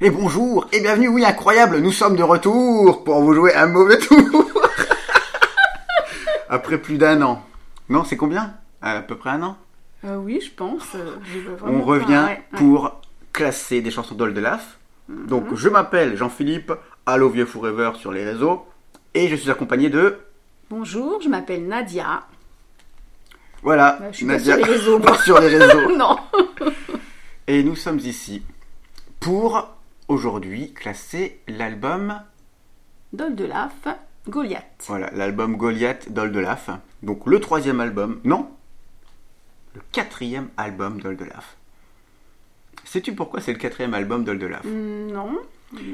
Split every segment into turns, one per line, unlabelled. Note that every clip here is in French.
Et bonjour, et bienvenue, oui, incroyable, nous sommes de retour pour vous jouer un mauvais tour. Après plus d'un an. Non, c'est combien À peu près un an.
Euh, oui, je pense. euh, je veux vraiment
On
pas-
revient
ouais, ouais. Mm-hmm.
pour classer des chansons d'Old Laf. Donc, je m'appelle Jean-Philippe, Allo Vieux Forever sur les réseaux, et je suis accompagné de.
Bonjour, je m'appelle Nadia.
Voilà,
Euh, je suis pas sur les réseaux, moi.
Pas sur les réseaux.
non.
Et nous sommes ici pour aujourd'hui classer l'album,
Dol de Laf, Goliath.
voilà, l'album Goliath d'Oldelaf. Donc le troisième album, non, le quatrième album d'Oldelaf. Sais-tu pourquoi c'est le quatrième album d'Oldelaf
Hmm, Non.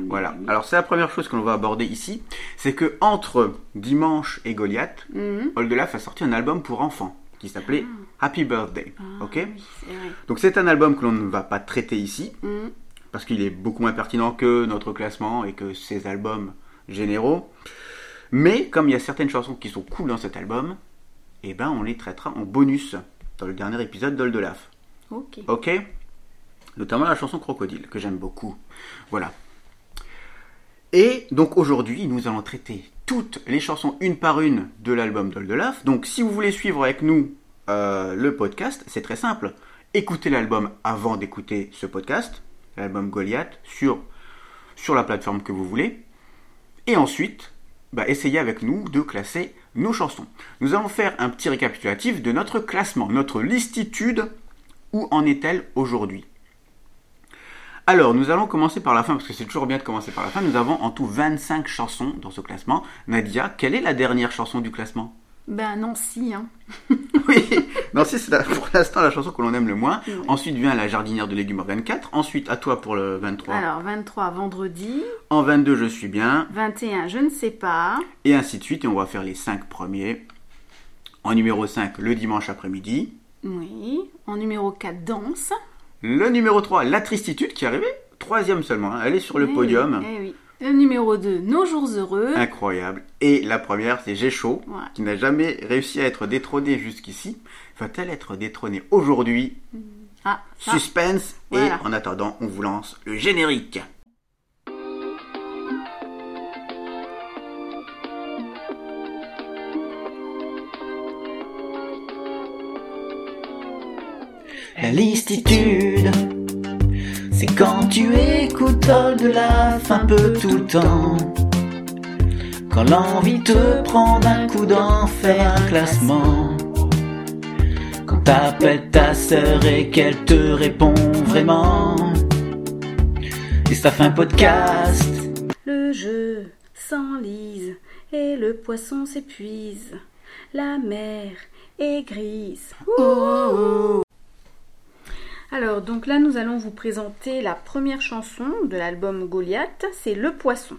Voilà. Alors c'est la première chose que l'on va aborder ici, c'est que entre Dimanche et Goliath,
Hmm,
Oldelaf a sorti un album pour enfants qui s'appelait Happy Birthday. ok
oui, c'est vrai.
Donc c'est un album que l'on ne va pas traiter ici,
Hmm,
parce qu'il est beaucoup moins pertinent que notre classement et que ses albums généraux. Mais comme il y a certaines chansons qui sont cool dans cet album, eh ben on les traitera en bonus dans le dernier épisode d'Oldelaf.
Ok.
Ok Notamment la chanson Crocodile, que j'aime beaucoup. Voilà. Et donc aujourd'hui, nous allons traiter toutes les chansons une par une de l'album d'Oldelaf. Donc si vous voulez suivre avec nous euh, le podcast, c'est très simple. Écoutez l'album avant d'écouter ce podcast, l'album Goliath, sur, sur la plateforme que vous voulez. Et ensuite, bah, essayez avec nous de classer nos chansons. Nous allons faire un petit récapitulatif de notre classement, notre listitude où en est-elle aujourd'hui Alors, nous allons commencer par la fin, parce que c'est toujours bien de commencer par la fin. Nous avons en tout 25 chansons dans ce classement. Nadia, quelle est la dernière chanson du classement
Ben non, si. Hein.
Oui, Nancy, c'est la- pour l'instant la chanson que l'on aime le moins.
Oui.
Ensuite vient La jardinière de légumes en 24. Ensuite, à toi pour le 23.
Alors, 23 vendredi,
En 22, je suis bien.
21 je ne sais pas,
Et ainsi de suite. Et on va faire les 5 premiers. En numéro 5, le dimanche après-midi.
oui. En numéro 4, danse.
Le numéro 3, La tristitude qui est arrivée. Troisième seulement, hein. elle est sur le
Eh oui,
podium.
eh oui. Le numéro 2, nos jours heureux.
Incroyable. Et la première, c'est J'ai chaud,
Ouais.
qui n'a jamais réussi à être détrônée jusqu'ici. Va-t-elle être détrônée aujourd'hui
Ah, ça.
Suspense.
Voilà.
Et en attendant, on vous lance le générique.
La listitude, c'est quand tu écoutes Old de la un peu tout le temps. Quand l'envie te prend d'un coup d'en faire un classement. Quand t'appelles ta sœur et qu'elle te répond vraiment. Et ça fait un podcast.
Le jeu s'enlise et le poisson s'épuise. La mer est grise. Ouh. Alors, donc là, nous allons vous présenter la première chanson de l'album Goliath, c'est Le Poisson.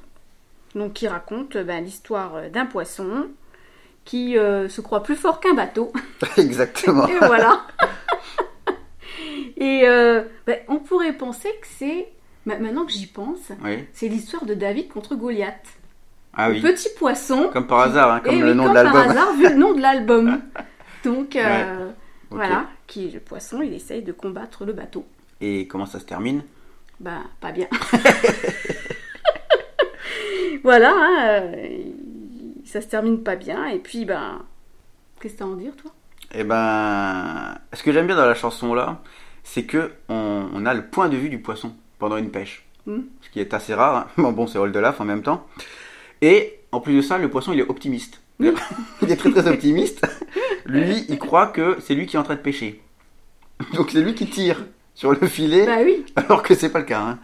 Donc, qui raconte euh, ben, l'histoire euh, d'un poisson qui euh, se croit plus fort qu'un bateau.
Exactement.
Et voilà. Et euh, ben, on pourrait penser que c'est, ma- maintenant que j'y pense,
Oui.
c'est l'histoire de David contre Goliath.
Ah oui.
Petit poisson.
Comme par hasard, hein, comme
Eh
le
oui,
nom
comme
de l'album.
Par hasard, vu le nom de l'album. Donc, euh,
Ok.
voilà, qui est le poisson, il essaye de combattre le bateau.
Et comment ça se termine
Bah, pas bien. voilà, hein, euh, ça se termine pas bien. Et puis, ben, qu'est-ce que t'as à en dire, toi
Eh ben, ce que j'aime bien dans la chanson là, c'est que on, on a le point de vue du poisson pendant une pêche,
Mm.
ce qui est assez rare. hein. Bon, bon, c'est Oldelaf en même temps. Et en plus de ça, le poisson il est optimiste.
Oui.
il est très très optimiste. lui, il croit que c'est lui qui est en train de pêcher. Donc c'est lui qui tire sur le filet,
Bah oui.
alors que c'est pas le cas. hein.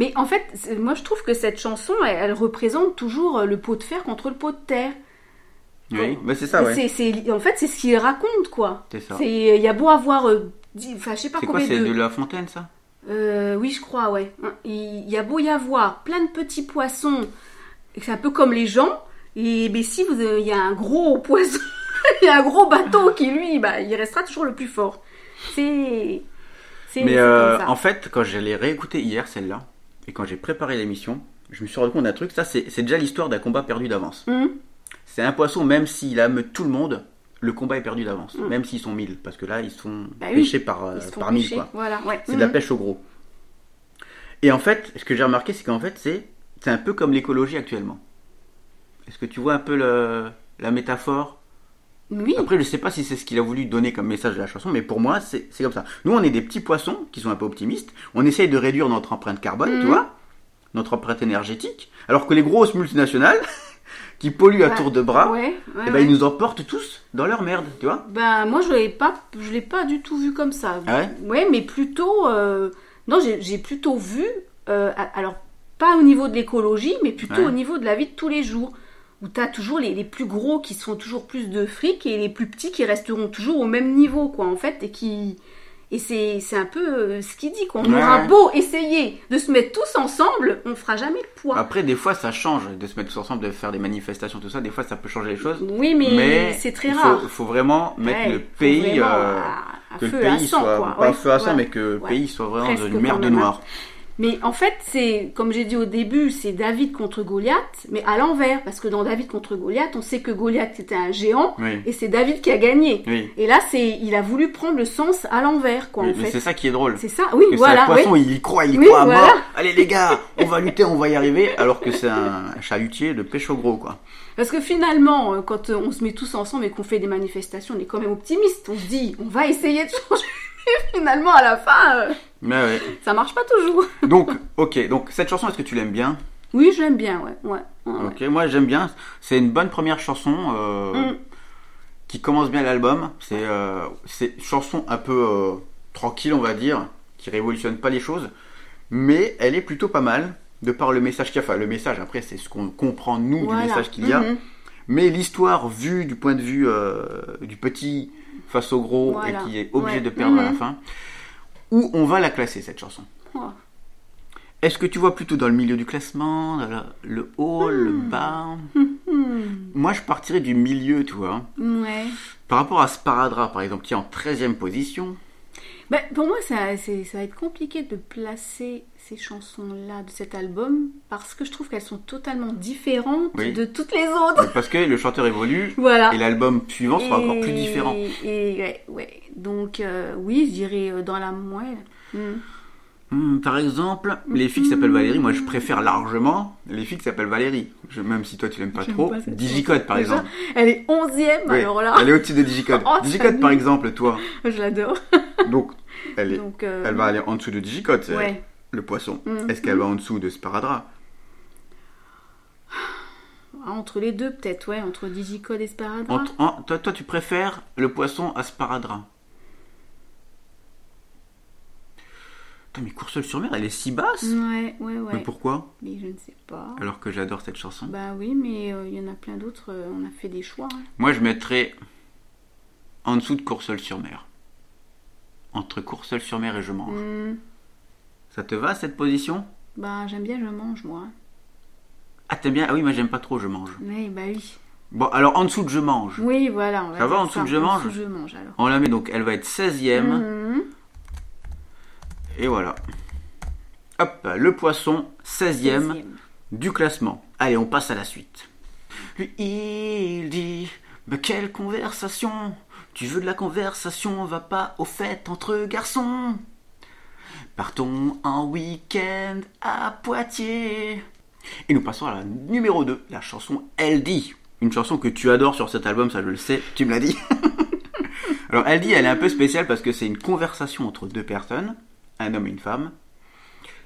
Mais en fait, c'est- moi je trouve que cette chanson, elle, elle représente toujours euh, le pot de fer contre le pot de terre.
Oui, mais c'est ça, ouais.
C'est- c'est- en fait, c'est ce qu'il raconte, quoi.
C'est ça.
C'est- Il y a beau avoir, euh, dix- enfin je sais pas
C'est quoi,
combien
c'est
de...
de la fontaine ça
Euh, oui, je crois, ouais. Hein, Il y a beau y avoir plein de petits poissons, et c'est un peu comme les gens, et mais si vous, euh, il y a un gros poisson, il y a un gros bateau qui lui, bah, il restera toujours le plus fort. C'est, c'est c'est
Mais
comme
euh,
ça.
en fait, quand je l'ai réécoutée hier, celle-là, et quand j'ai préparé l'émission, je me suis rendu compte d'un truc. Ça, c'est c'est déjà l'histoire d'un combat perdu d'avance.
Hum,
C'est un poisson, même s'il ameute tout le monde, le combat est perdu d'avance.
Mm.
Même s'ils sont 1000, parce que là, ils sont
Bah oui,
pêchés par, euh,
ils se font
par 1000.
pêcher, Hmm.
quoi.
Voilà, ouais.
C'est de la
Hum.
pêche au gros. Et en fait, ce que j'ai remarqué, c'est qu'en fait, c'est c'est un peu comme l'écologie actuellement. Est-ce que tu vois un peu le- la métaphore
Oui.
Après, je sais pas si c'est ce qu'il a voulu donner comme message de la chanson, mais pour moi, c'est c'est comme ça. Nous, on est des petits poissons qui sont un peu optimistes. On essaye de réduire notre empreinte carbone, tu
Mhm.
vois, notre empreinte énergétique, alors que les grosses multinationales qui polluent à
Ouais.
tour de bras,
Ouais,
eh
ouais,
ben,
ouais.
ils nous emportent tous dans leur merde, tu vois.
Ben, moi, je l'ai pas, je l'ai pas du tout vu comme ça.
Ah ouais
mais plutôt, euh, non, j'ai j'ai plutôt vu, euh, a- alors pas au niveau de l'écologie, mais plutôt
Ouais.
au niveau de la vie de tous les jours, où tu as toujours les, les plus gros qui se font toujours plus de fric et les plus petits qui resteront toujours au même niveau, quoi, en fait, et qui. Et c'est c'est un peu euh, ce qu'il dit, quoi. On
Ouais,
aura
ouais.
beau essayer de se mettre tous ensemble, on fera jamais le poids.
Après, des fois, ça change de se mettre tous ensemble, de faire des manifestations, tout ça. Des fois, ça peut changer les choses.
oui, mais, c'est très
il faut,
rare.
Il faut vraiment mettre
Ouais,
le
faut
pays.
vraiment
euh,
à- à
que le
feu et à
pays
sang,
soit.
quoi.
Pas
Ouais,
feu à sang,
ouais.
mais que le
ouais.
pays soit vraiment dans
Presque
une mer
quand
de
même, hein.
noir.
Mais en fait, c'est comme j'ai dit au début, c'est David contre Goliath, mais à l'envers, parce que dans David contre Goliath, on sait que Goliath était un géant
Oui.
et c'est David qui a gagné.
Oui.
Et là, c'est il a voulu prendre le sens à l'envers, quoi,
Mais-
en
mais c'est
fait.
ça qui est drôle.
C'est ça, oui,
que c'est
voilà,
un poisson,
oui.
il y croit, il y
Oui,
croit à
voilà.
mort. Allez les gars, on va lutter, on va y arriver. Alors que c'est un chalutier de pêche au gros, quoi.
Parce que finalement, euh, quand euh, on se met tous ensemble et qu'on fait des manifestations, on est quand même optimiste. On se dit, on va essayer de changer. Mais finalement, à la fin, euh,
Mais ouais.
ça marche pas toujours.
Donc, ok, donc cette chanson, est-ce que tu l'aimes bien
Oui, j'aime bien, ouais, ouais. ouais, ouais.
Ok, moi j'aime bien. C'est une bonne première chanson euh,
Mm.
qui commence bien l'album. C'est euh, c'est une chanson un peu euh, tranquille, on va dire, qui révolutionne pas les choses, mais elle est plutôt pas mal de par le message qu'il y a. Enfin, le message, après, c'est ce qu'on comprend nous
Voilà.
du message qu'il y a.
Mhm.
Mais l'histoire vue du point de vue euh, du petit face au gros
Voilà.
et qui est obligé
Ouais.
de perdre à la
Mhm.
fin, où on va la classer cette chanson
Oh.
Est-ce que tu vois plutôt dans le milieu du classement, dans la- le haut, le bas
Hmm.
Moi, je partirais du milieu, tu vois.
Ouais.
Par rapport à Sparadra, par exemple, qui est en 13e position.
Ben, pour moi, ça, c'est- ça va être compliqué de placer ces chansons-là de cet album parce que je trouve qu'elles sont totalement différentes
Oui.
de toutes les autres.
Parce que le chanteur évolue
Voilà.
et l'album suivant sera encore plus
Ah. Et-
différent.
Et ouais, ouais. Donc, euh, oui, je dirais euh, dans la moelle. Hmm.
Hmm, par exemple, les filles qui s'appellent Valérie, moi je préfère largement les filles qui s'appellent Valérie. Je- même si toi tu l'aimes pas
J'aime
trop.
pas cette
Digicode par
Déjà,
exemple.
Elle est 11ème,
Oui,
alors là,
Elle est au-dessus de Digicode.
Ah, Oh, ça
Digicode par
m'énerve.
exemple, toi.
je l'adore.
Donc, elle, est-
Donc, euh,
elle va aller en dessous de Digicode, c'est
Ouais.
le poisson.
Mhm.
Est-ce qu'elle va en dessous de Sparadra
Ah, Entre les deux, peut-être, ouais, entre Digicode et Sparadra.
Entre- en- toi, toi, tu préfères le poisson à Sparadra Putain, mais Coursol sur mer, elle est si basse
Ouais, ouais, Mm, ouais.
Mais pourquoi
Mais je ne sais pas.
Alors que j'adore cette chanson.
Bah oui, mais euh, il y en a plein d'autres, euh, on a fait des choix. hein.
Moi, je mettrais en dessous de Coursol sur mer. Entre Coursol sur mer et Je mange.
Hmm.
Ça te va cette position
Bah, j'aime bien, je mange, moi.
Ah, t'aimes bien Ah oui, moi j'aime pas trop Je mange.
Oui, bah oui.
Bon, alors en dessous de Je mange.
Oui, voilà. On va
Ça va,
dire
en dessous de je mange
En dessous de je mange, alors.
On la met donc, elle va être 16ème.
Mhm.
Et voilà. Hop, le poisson, 16ème.
Deuxième.
du classement. Allez, on passe à la suite. Lui, il dit Mais quelle conversation Tu veux de la conversation Va pas au fait entre garçons. Partons en week-end à Poitiers. Et nous passons à la numéro 2, la chanson Elle dit. Une chanson que tu adores sur cet album, ça je le sais, tu me l'as dit. Alors Elle dit, elle est un peu spéciale parce que c'est une conversation entre deux personnes, un homme et une femme.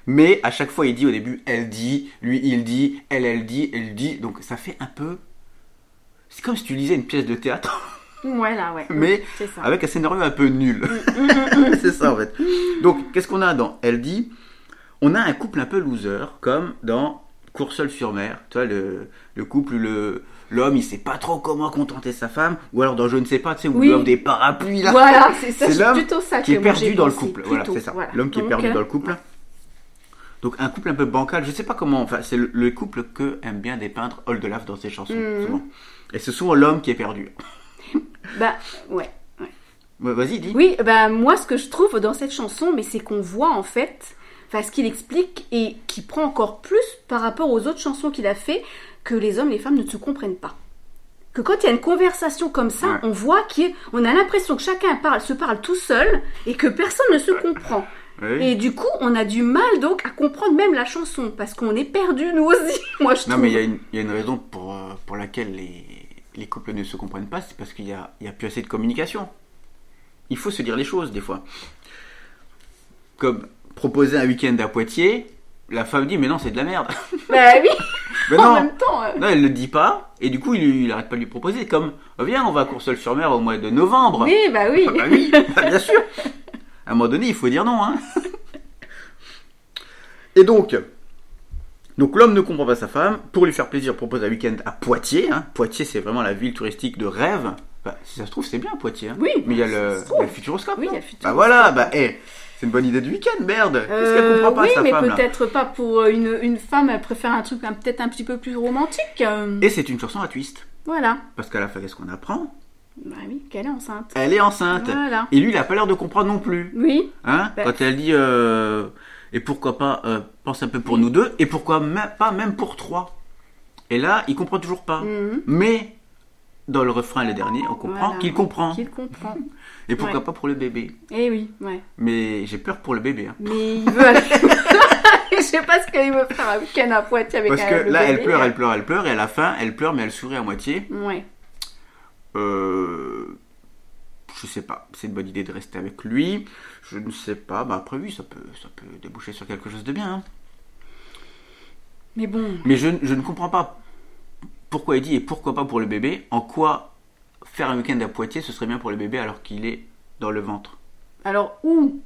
Mais à chaque fois, il dit au début, elle dit, lui, il dit, elle, elle dit, elle dit. Donc ça fait un peu. C'est comme si tu lisais une pièce de théâtre,
Voilà, ouais.
mais
C'est ça.
avec un scénario un peu nul. c'est ça en fait. Donc qu'est-ce qu'on a dans Elle dit On a un couple un peu loser, comme dans Courseul-sur-Mer. Tu vois, le, le couple, le. L'homme, il sait pas trop comment contenter sa femme, ou alors dans Je ne sais pas, tu sais, où
Oui.
lui offre des parapluies là.
Voilà, c'est ça.
C'est
C'est
l'homme
plutôt ça
qui
que
est
moi,
perdu
j'ai
dans le
pensé,
couple. Voilà,
plutôt,
c'est ça.
voilà.
L'homme qui est
Donc,
perdu
euh,
dans le couple. Donc un couple un peu bancal, je sais pas comment. Enfin, c'est le, le couple que aime bien dépeindre Oldelaf dans ses chansons.
Mhm.
souvent. Et c'est souvent l'homme qui est perdu.
Bah, ouais. ouais.
Ouais, Vas-y, dis.
Oui, bah, moi, ce que je trouve dans cette chanson, mais c'est qu'on voit, en fait, enfin, ce qu'il explique et qui prend encore plus par rapport aux autres chansons qu'il a fait, que les hommes et les femmes ne se comprennent pas. que quand il y a une conversation comme ça,
Ouais.
on voit qu'on a l'impression que chacun parle, se parle tout seul et que personne ne se comprend.
Oui.
Et du coup, on a du mal donc à comprendre même la chanson parce qu'on est perdu nous aussi. Moi, je
Non,
trouve.
mais il y, a une- il y a une raison pour, euh, pour laquelle les, les couples ne se comprennent pas, c'est parce qu'il n'y a, il y a plus assez de communication. Il faut se dire les choses, des fois. Comme proposer un week-end à Poitiers, la femme dit Mais non, c'est de la merde.
Bah oui,
Mais
en
non
même temps. euh.
Non, elle le dit pas, et du coup, il, il arrête pas de lui proposer. Comme oh, Viens, on va à Courseul-sur-Mer au mois de novembre.
Oui, bah oui.
Ah bah oui, bah bien sûr. À un moment donné, il faut dire non. hein. Et donc, donc l'homme ne comprend pas sa femme. Pour lui faire plaisir, propose un week-end à Poitiers. hein. Poitiers, c'est vraiment la ville touristique de rêve. Bah, si ça se trouve, c'est bien Poitiers. hein.
Oui,
Mais il y a
ça
le, il
se
y a
trouve.
le futuroscope.
Oui, il y a
non
le futuroscope.
Bah voilà, bah eh, c'est une bonne idée de week-end, merde. Qu'est-ce
Euh,
qu'elle comprend pas
oui,
sa
mais
femme là
peut-être pas pour euh, une, une femme. Elle préfère un truc un- peut-être un petit peu plus romantique. euh.
Et c'est une chanson à twist.
Voilà.
Parce qu'à la fin, qu'est-ce qu'on apprend
Bah oui, qu'elle est enceinte.
Elle est enceinte.
Voilà.
Et lui, il a pas l'air de comprendre non plus.
Oui.
Hein
Ouais.
Quand elle dit euh, et pourquoi pas euh, pense un peu pour nous deux et pourquoi même pas même pour trois. Et là, il comprend toujours pas.
Mhm.
Mais dans le refrain le dernier, on comprend
Voilà.
qu'il comprend.
Qu'il comprend.
Et pourquoi
Ouais.
pas pour le bébé.
Eh oui, ouais.
Mais j'ai peur pour le bébé. hein.
Mais il veut. Je sais pas ce qu'il veut faire un week-end à Poitiers avec
Parce
un
que là,
euh, bébé.
elle pleure, elle pleure, elle pleure et à la fin, elle pleure mais elle sourit à moitié.
Ouais.
Euh, je sais pas. C'est une bonne idée de rester avec lui. Je ne sais pas. Bah après oui, ça peut, ça peut déboucher sur quelque chose de bien. hein.
Mais bon.
Mais je, je ne comprends pas pourquoi il dit et pourquoi pas pour le bébé. En quoi faire un week-end à Poitiers ce serait bien pour le bébé alors qu'il est dans le ventre
Alors, où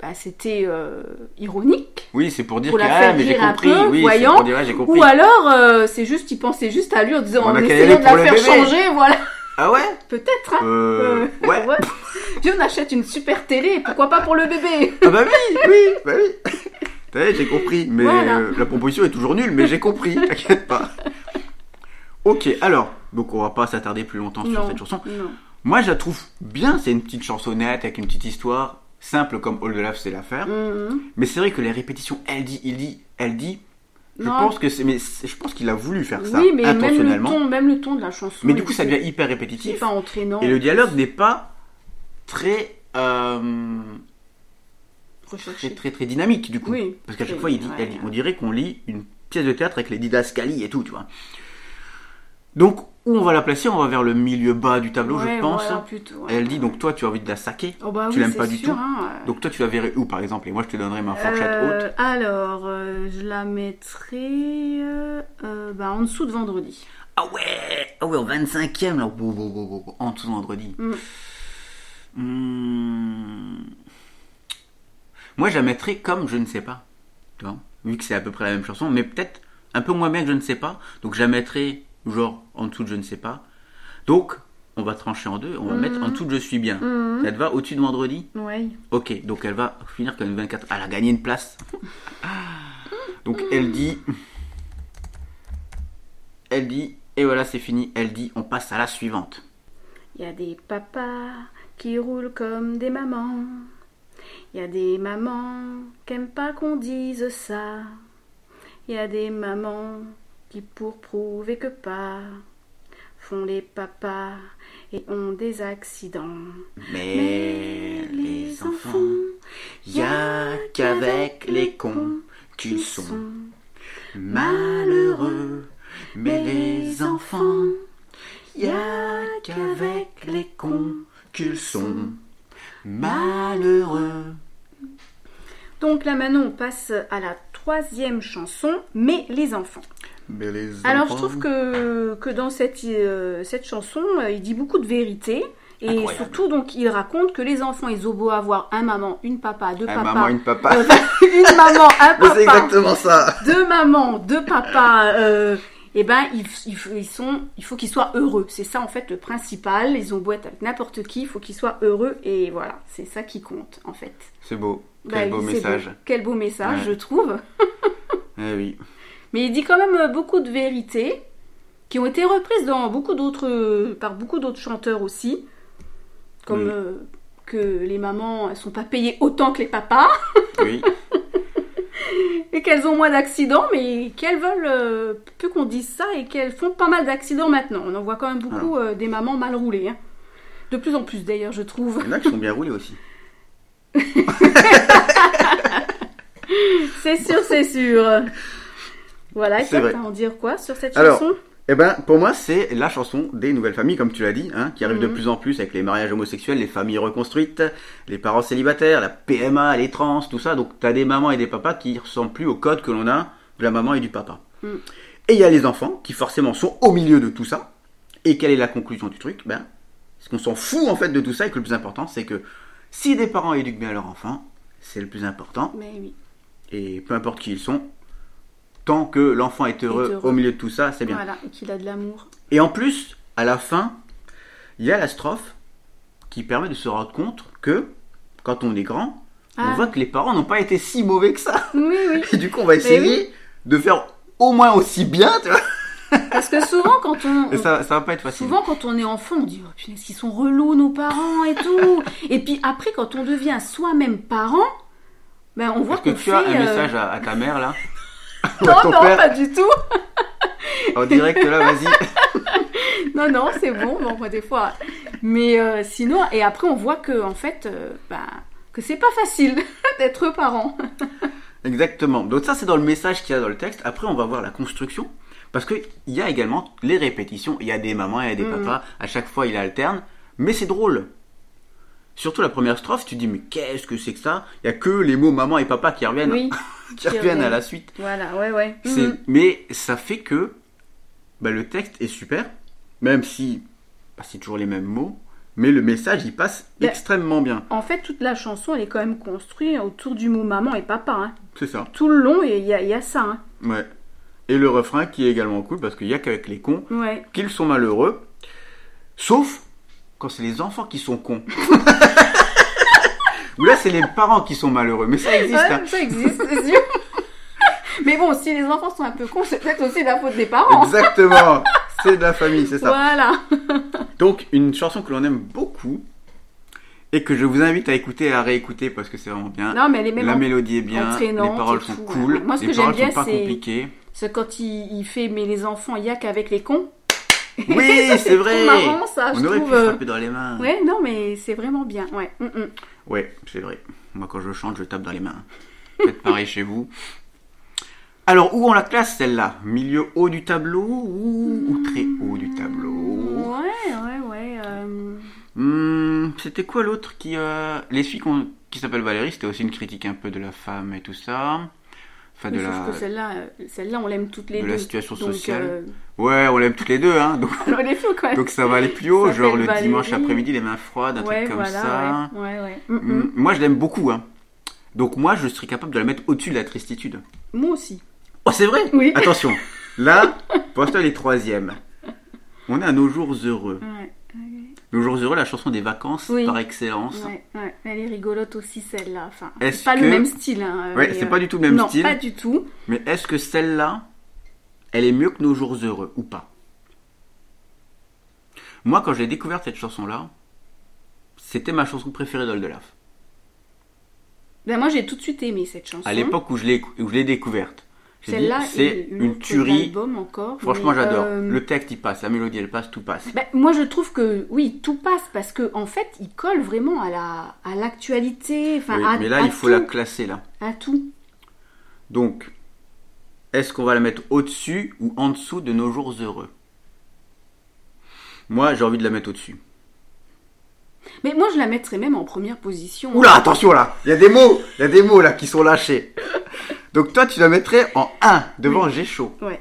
bah, C'était euh, ironique.
Oui, c'est pour dire
Pour
que
la
ah
faire
mais j'ai
rire un
compris.
peu,
oui, c'est
voyant.
pour dire ah, j'ai compris.
Ou alors, euh, c'est juste, il pensait juste à lui en disant,
On
en
a qu'à y
essayant
aller
de la
pour le
faire
bébé.
changer, voilà.
Ah ouais
Peut-être, hein
euh, Ouais.
ouais. Viens, on achète une super télé, pourquoi pas pour le bébé
ah bah oui, oui, bah oui. T'as vu, j'ai compris. Mais
Voilà.
euh, la proposition est toujours nulle, mais j'ai compris. T'inquiète pas. Ok, alors donc on va pas s'attarder plus longtemps sur
Non.
cette chanson.
Non.
Moi, je la trouve bien. C'est une petite chansonnette avec une petite histoire simple comme All the Love, c'est l'affaire.
Mhm.
Mais c'est vrai que les répétitions, elle dit, il dit, elle dit. Je
Non.
pense que c'est, mais c'est- je pense qu'il a voulu faire ça
oui, mais même le,
intentionnellement.
ton, même le ton de la chanson.
mais du coup,
il-
ça devient hyper
il est
répétitif.
pas entraînant,
Et le dialogue n'est pas très, euh, très,
recherché.
très, très dynamique du coup.
Oui.
Parce qu'à chaque
Oui,
fois, il dit, elle
ouais.
dit. On dirait qu'on lit une pièce de théâtre avec les didascalies et tout, tu vois. Donc, où on va la placer On va vers le milieu bas du tableau,
Ouais,
je pense.
voilà, plutôt, ouais.
Elle dit donc toi, tu as envie de la saquer.
Oh bah
tu
oui,
l'aimes
c'est
pas du
sûr,
tout.
hein.
Donc toi, tu la verrais où, par exemple Et moi, je te donnerai ma fourchette
Euh,
haute.
Alors, euh, je la mettrais euh, euh, bah, en dessous de vendredi.
Ah ouais, ah ouais, au 25e là, Wow, wow, wow, wow, wow. en tout vendredi.
Mm.
Hmm. Moi, je la mettrais comme je ne sais pas, tu vois, vu que c'est à peu près la même chanson, mais peut-être un peu moins bien que je ne sais pas. Donc, je la mettrais genre en dessous de je ne sais pas. Donc, on va trancher en deux, on va mettre en dessous de je suis bien.
Mhm.
Ça te va au-dessus de vendredi
Ouais.
Ok, donc elle va finir comme une 24. Elle a gagné une place. donc elle dit. Elle dit. Et voilà, c'est fini. Elle dit, on passe à la suivante.
Il y a des papas qui roulent comme des mamans. Il y a des mamans qui n'aiment pas qu'on dise ça. Il y a des mamans qui, pour prouver que pas, font les papas et ont des accidents.
Mais les enfants, y a qu'avec les cons qu'ils sont malheureux. Mais les enfants, y a qu'avec les cons qu'ils sont malheureux.
Donc là maintenant on passe à la troisième chanson, mais les enfants.
Mais les
Alors je
enfants-
trouve que, que dans cette, euh, cette chanson, euh, il dit beaucoup de vérité. Et
Incroyable.
surtout, donc, il raconte que les enfants, ils ont beau avoir un maman, une papa, deux
Un
papas,
maman, une papa.
euh, une maman, un
Mais c'est
papa,
exactement ça.
deux mamans, deux papas, euh, eh ben, ils, ils- ils sont, il faut qu'ils soient heureux. C'est ça, en fait, le principal. Ils ont beau être avec n'importe qui, il faut qu'ils soient heureux. Et voilà, c'est ça qui compte, en fait.
C'est beau.
Bah
Quel
oui,
beau
c'est
message.
Quel beau message,
Ouais.
je trouve.
Eh oui.
Mais il dit quand même euh, beaucoup de vérités qui ont été reprises dans beaucoup d'autres, euh, par beaucoup d'autres chanteurs aussi, comme
Oui.
euh, que les mamans elles sont pas payées autant que les papas
Oui.
et qu'elles ont moins d'accidents, mais qu'elles veulent euh, plus qu'on dise ça et qu'elles font pas mal d'accidents maintenant. On en voit quand même beaucoup
Ah.
euh, des mamans mal roulées, hein. de plus en plus d'ailleurs, je trouve.
Il y en a qui sont bien roulés aussi.
C'est sûr, c'est sûr. Voilà, et
C'est
toi,
vrai.
t'as à en dire quoi sur cette
Alors,
chanson
Eh ben, pour moi, c'est la chanson des nouvelles familles, comme tu l'as dit, hein, qui arrive de
Mhm.
plus en plus avec les mariages homosexuels, les familles reconstruites, les parents célibataires, la PMA, les trans, tout ça. Donc, t'as des mamans et des papas qui ressemblent plus au code que l'on a de la maman et du papa.
Mhm.
Et il y a les enfants qui forcément sont au milieu de tout ça. Et quelle est la conclusion du truc Ben, c'est qu'on s'en fout en fait de tout ça et que le plus important, c'est que si des parents éduquent bien leurs enfants, c'est le plus important.
Mais oui.
Et peu importe qui ils sont, tant que l'enfant est heureux,
heureux.
au milieu de tout ça, c'est eh bien.
Voilà, et qu'il a de l'amour.
Et en plus, à la fin, il y a la strophe qui permet de se rendre compte que, quand on est grand,
Ah.
on voit que les parents n'ont pas été si mauvais que ça.
Oui, oui.
Et du coup, on va
Mais oui.
essayer de faire au moins aussi bien, tu vois.
Parce que souvent, quand on.
Et ça, ça va pas être facile.
Souvent, quand on est enfant, on dit oh, punaise, qu'ils sont relous, nos parents et tout. et puis après, quand on devient soi-même parent, ben, on voit
Est-ce que
qu'on
tu
fait.
as un
euh,
message à, à ta mère là Ou
Non,
à ton
non,
père
pas du tout.
En direct là, vas-y.
Non, non, c'est bon, bon, moi, des fois. Mais euh, sinon, et après, on voit que, en fait, euh, ben, que c'est pas facile d'être parent.
Exactement. Donc ça, c'est dans le message qu'il y a dans le texte. Après, on va voir la construction. Parce qu'il y a également les répétitions. Il y a des mamans, il y a des
Mhm.
papas. À chaque fois, il alterne. Mais c'est drôle. Surtout la première strophe, tu dis, mais qu'est-ce que c'est que ça Il n'y a que les mots maman et papa qui reviennent,
Oui,
qui reviennent Mm-hmm. à la suite.
Voilà, ouais, ouais.
C'est-
Mhm.
Mais ça fait que bah, le texte est super. Même si bah, c'est toujours les mêmes mots. Mais le message, il passe
Ben-
extrêmement bien.
En fait, toute la chanson, elle est quand même construite autour du mot maman et papa. hein.
C'est ça.
Tout le long, il y, a- il y a ça. hein.
Ouais. Et le refrain qui est également cool parce qu'il n'y a qu'avec les cons
Ouais.
qu'ils sont malheureux, sauf quand c'est les enfants qui sont cons. Ou là, c'est les parents qui sont malheureux, mais ça existe. hein.
Ouais, ça existe, c'est sûr. Mais bon, si les enfants sont un peu cons, c'est peut-être aussi la faute des parents.
hein. Exactement, c'est de la famille, c'est ça.
Voilà.
Donc, une chanson que l'on aime beaucoup et que je vous invite à écouter et à réécouter parce que c'est vraiment bien.
Non, mais elle est même
La
en-
mélodie est bien, les
entraînante
paroles
et
sont
tout,
cool,
ouais. Moi, ce
les
que j'aime
paroles
bien,
sont pas
c'est-
compliquées.
c'est quand il, il fait mais les enfants, il y a qu'avec les cons.
Oui,
Ça,
c'est vrai.
trop marrant ça,
On
je
aurait pu
trouve. euh,
frapper dans les mains.
Ouais, non, mais c'est vraiment bien. Ouais. Mm, mm.
Ouais, c'est vrai. Moi, quand je chante, je tape dans les mains. Faites pareil chez vous. Alors, où on la classe celle-là Milieu haut du tableau ou, ou très haut du tableau
Ouais, ouais, ouais. euh,
Hmm, C'était quoi l'autre qui. euh, Les filles qu'on- qui s'appellent Valérie, c'était aussi une critique un peu de la femme et tout ça. Enfin, de
mais
la.
Sauf que celle-là, euh, celle-là, on l'aime toutes les
de
deux.
la situation
Donc,
sociale.
euh,
Ouais, on l'aime toutes les deux, hein. Donc,
alors, les filles, quoi.
donc ça va aller plus haut,
Ça
genre
s'appelle
le dimanche
Valérie.
après-midi, les mains froides, un
ouais,
truc comme
voilà,
ça.
ouais. Ouais, ouais. Mm,
Hmm,
mm.
Moi, je l'aime beaucoup, hein. Donc, moi, je serais capable de la mettre au-dessus de la tristitude.
Moi aussi.
Oh, c'est vrai
Oui.
Attention, là, pour l'instant, elle est troisième. On est à Nos Jours Heureux.
Ouais,
Nos Jours Heureux, la chanson des vacances
Oui.
par excellence.
ouais, ouais. Elle est rigolote aussi, celle-là. Enfin,
Est-ce
c'est pas
que-
le même style. Hein,
Ouais,
mais,
c'est
euh,
pas du tout le même
non,
style.
pas du tout.
Mais est-ce que celle-là, elle est mieux que Nos Jours Heureux ou pas Moi, quand j'ai découvert cette chanson-là, c'était ma chanson préférée d'Oldelaf.
Ben, moi, j'ai tout de suite aimé cette chanson.
À l'époque où je l'ai où je l'ai découverte, j'ai dit
Mhm. celle-là,
c'est
est
une
autre
tuerie.
d'album encore.
Franchement,
mais,
j'adore.
euh,
Le texte, il passe, la mélodie, elle passe, tout passe.
Ben, moi, je trouve que oui, tout passe parce que en fait, il colle vraiment à la à l'actualité, enfin
Oui,
à,
mais là,
à
il faut
tout,
la classer, là.
à tout.
Donc, est-ce qu'on va la mettre au-dessus ou en dessous de nos jours heureux Moi, j'ai envie de la mettre au-dessus.
Mais moi, je la mettrais même en première position.
Oula, attention là Il y a des mots Il y a des mots là qui sont lâchés. Donc toi, tu la mettrais en 1 devant J'ai chaud.
Ouais.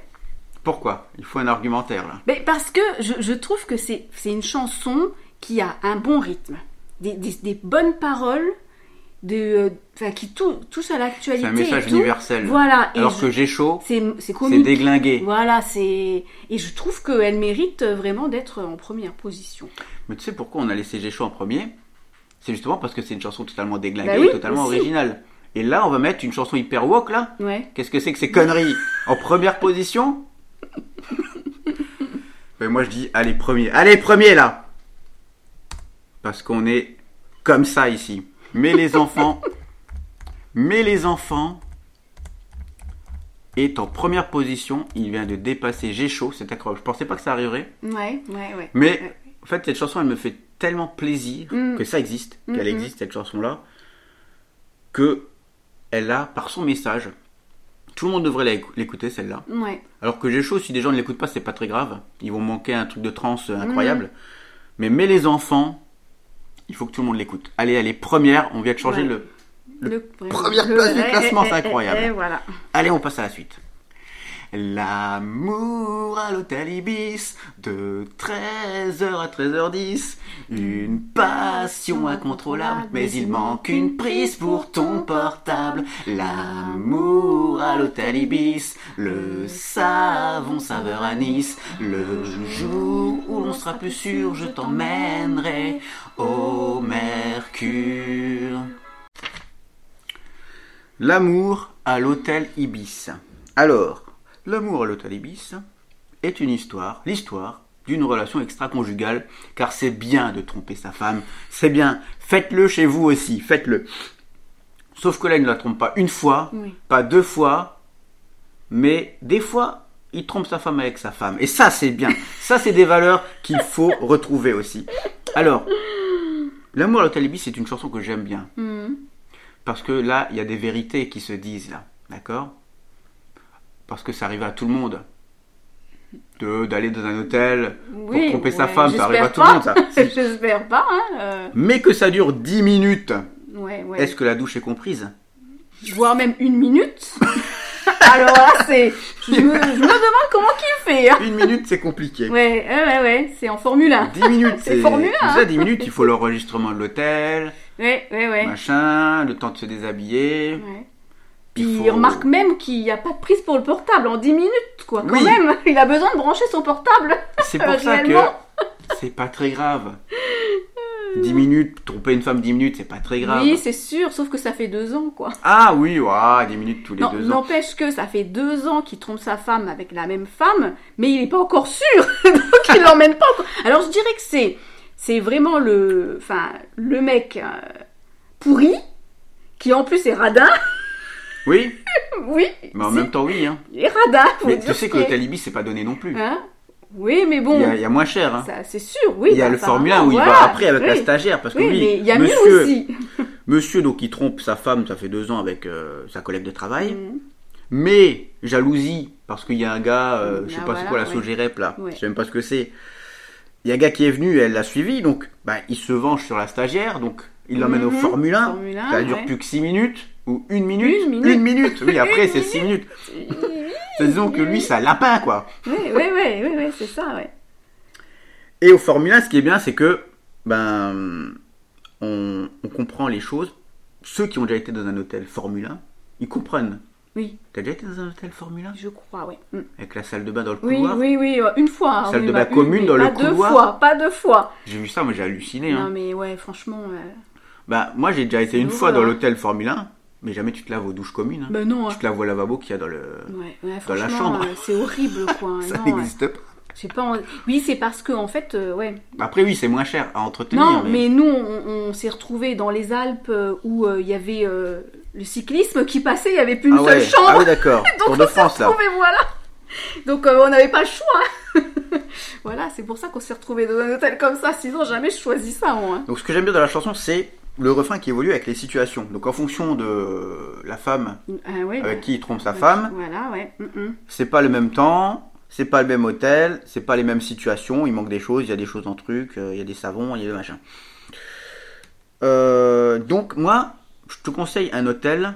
Pourquoi Il faut un argumentaire là.
Mais parce que je, je trouve que c'est c'est une chanson qui a un bon rythme, des, des, des bonnes paroles, de euh, enfin qui tou- touche à l'actualité.
C'est un message
et tout.
universel.
Voilà. Et
Alors
je-
que J'ai chaud,
c'est c'est
c'est
comique.
déglingué.
Voilà, c'est et je trouve qu'elle mérite vraiment d'être en première position.
Mais tu sais pourquoi on a laissé J'ai chaud en premier C'est justement parce que c'est une chanson totalement déglinguée
Bah
et
oui,
totalement
aussi.
originale. Et là, on va mettre une chanson hyper woke là
Ouais.
Qu'est-ce que c'est que ces conneries En première position Mais moi je dis, allez premier, allez premier là Parce qu'on est comme ça ici. Mais les enfants, mais les enfants est en première position. Il vient de dépasser J'ai chaud, c'est accroche. Je pensais pas que ça arriverait.
Ouais, ouais, ouais.
Mais
Ouais.
en fait, cette chanson, elle me fait tellement plaisir
Mm.
que ça existe,
Mm,
qu'elle
mm.
existe, cette chanson-là, que elle a, par son message, tout le monde devrait la écou- l'écouter celle-là.
Ouais.
Alors que j'ai chaud, si des gens ne l'écoutent pas, c'est pas très grave. Ils vont manquer un truc de trance euh, incroyable.
Mm-hmm.
Mais mets les enfants, il faut que tout le monde l'écoute. Allez, allez, première, on vient de changer
Ouais.
le. Le
ouais,
première place du
eh,
classement,
eh,
c'est
eh,
incroyable.
eh, voilà.
Allez, on passe à la suite. L'amour à l'hôtel Ibis, de 13h à 13h10, une passion incontrôlable, mais il manque une prise pour ton portable. L'amour à l'hôtel Ibis, le savon saveur anis, le jour où l'on sera plus sûr, je t'emmènerai au Mercure. L'amour à l'hôtel Ibis. Alors, l'amour à l'hôtel Ibis est une histoire, l'histoire d'une relation extra-conjugale, car c'est bien de tromper sa femme, c'est bien, faites-le chez vous aussi, faites-le. Sauf que là, il ne la trompe pas une fois,
Oui.
pas deux fois, mais des fois, il trompe sa femme avec sa femme. Et ça, c'est bien. Ça, c'est des valeurs qu'il faut retrouver aussi. Alors, l'amour à l'hôtel Ibis, c'est une chanson que j'aime bien.
Mhm.
Parce que là, il y a des vérités qui se disent, là. D'accord Parce que ça arrive à tout le monde. De- D'aller dans un hôtel pour
Oui,
tromper sa
ouais,
femme, ça arrive à
j'espère
tout le monde, ça.
pas. J'espère pas. Hein. euh,
Mais que ça dure 10 minutes.
Ouais, ouais.
Est-ce que la douche est comprise
Voire même une minute. Alors là, c'est. Je me, je me demande comment qu'il fait. hein.
Une minute, c'est compliqué.
Ouais, ouais, ouais, ouais, c'est en Formule 1.
10 minutes,
C'est Formule hein. un,
Déjà 10 minutes, il faut l'enregistrement de l'hôtel,
Ouais, ouais, ouais.
machin, le temps de se déshabiller.
Ouais. Puis
Il
il,
faut-
remarque même qu'il n'y a pas de prise pour le portable en 10 minutes, quoi. Quand
Oui.
même, il a besoin de brancher son portable.
C'est pour ça que
Réellement.
c'est pas très grave. 10 minutes, tromper une femme 10 minutes, c'est pas très grave.
Oui, c'est sûr, sauf que ça fait deux ans, quoi.
Ah oui, ouah, 10 minutes tous les
Non,
deux ans.
N'empêche que ça fait deux ans qu'il trompe sa femme avec la même femme, mais il n'est pas encore sûr, donc il l'emmène pas. encore. Alors je dirais que c'est c'est vraiment le enfin le mec euh, pourri qui en plus est radin.
Oui,
Oui,
mais en
si,
même temps, oui. Hein.
il est radin. faut
Mais tu
dire
sais que
qu'il est-
l'hôtel Ibis, c'est pas donné non plus.
Hein oui, mais
Il
bon,
y, a, il y a moins cher. hein.
ça c'est sûr. Oui,
il y a
bah,
le Formule 1
apparemment,
où il va
voilà,
après avec
oui.
la stagiaire. Parce que
Oui,
lui,
mais il y a
monsieur,
mieux aussi.
monsieur, donc il trompe sa femme, ça fait deux ans avec euh, sa collègue de travail.
Mm.
Mais jalousie, parce qu'il y a un gars, euh, je sais
Ah,
pas c'est
voilà,
quoi la
ouais.
Sogérep là,
Ouais.
je sais même pas ce que c'est. Il y a un gars qui est venu, elle l'a suivi, donc bah, il se venge sur la stagiaire, donc il l'emmène
Mhm.
au Formule 1.
Formule 1,
ça dure
ouais.
plus que 6 minutes, ou une minute.
Une minute.
oui, après c'est 6 minutes. C'est disons que lui, ça l'a pas quoi.
Oui, oui, oui, oui, oui, c'est ça, ouais.
Et au Formule 1, ce qui est bien, c'est que ben, on, on comprend les choses. Ceux qui ont déjà été dans un hôtel Formule 1, ils comprennent.
Oui,
T'as déjà été dans un hôtel Formule 1
je crois, ouais. Mm.
Avec la salle de bain dans le
Oui,
couloir
oui, oui, euh, une fois. hein,
Salle
oui,
de
bah,
bain
une,
commune
mais
dans le
pas deux
couloir.
fois, pas deux fois.
J'ai vu ça, mais j'ai halluciné.
Non,
Hein.
mais ouais, franchement. euh,
Bah, moi, j'ai déjà été
C'est
une
lourd,
fois dans
hein.
l'hôtel Formule 1, mais jamais tu te laves aux douches communes. hein.
Bah non, hein.
Tu te laves au lavabo qu'il y a dans le.
Ouais, ouais,
Dans la
franchement,
chambre.
euh, c'est horrible, quoi.
Ça
Ben, non, ouais.
n'existe pas.
J'ai pas. en- Oui, c'est parce que en fait, euh, ouais.
Après, oui, c'est moins cher à entretenir.
Non,
mais...
mais nous, on, on s'est retrouvés dans les Alpes euh, où euh, il y avait euh, le cyclisme qui passait. Il y avait plus une
Ah
seule
ouais,
chambre.
ah oui, d'accord. Tour
Donc
de
on s'est
France, là.
retrouvés, voilà. Donc euh, on n'avait pas le choix. voilà, c'est pour ça qu'on s'est retrouvés dans un hôtel comme ça. Sinon, jamais je choisis ça, moi. hein.
Donc, ce que j'aime bien dans la chanson, c'est le refrain qui évolue avec les situations. Donc, en fonction de la femme
Ah ouais,
avec
bah,
qui il trompe sa
bah,
femme,
Voilà, ouais. mm, mm.
c'est pas le même temps, c'est pas le même hôtel, c'est pas les mêmes situations. Il manque des choses, il y a des choses en truc, euh, il y a des savons, il y a des machins. Euh, donc moi, je te conseille un hôtel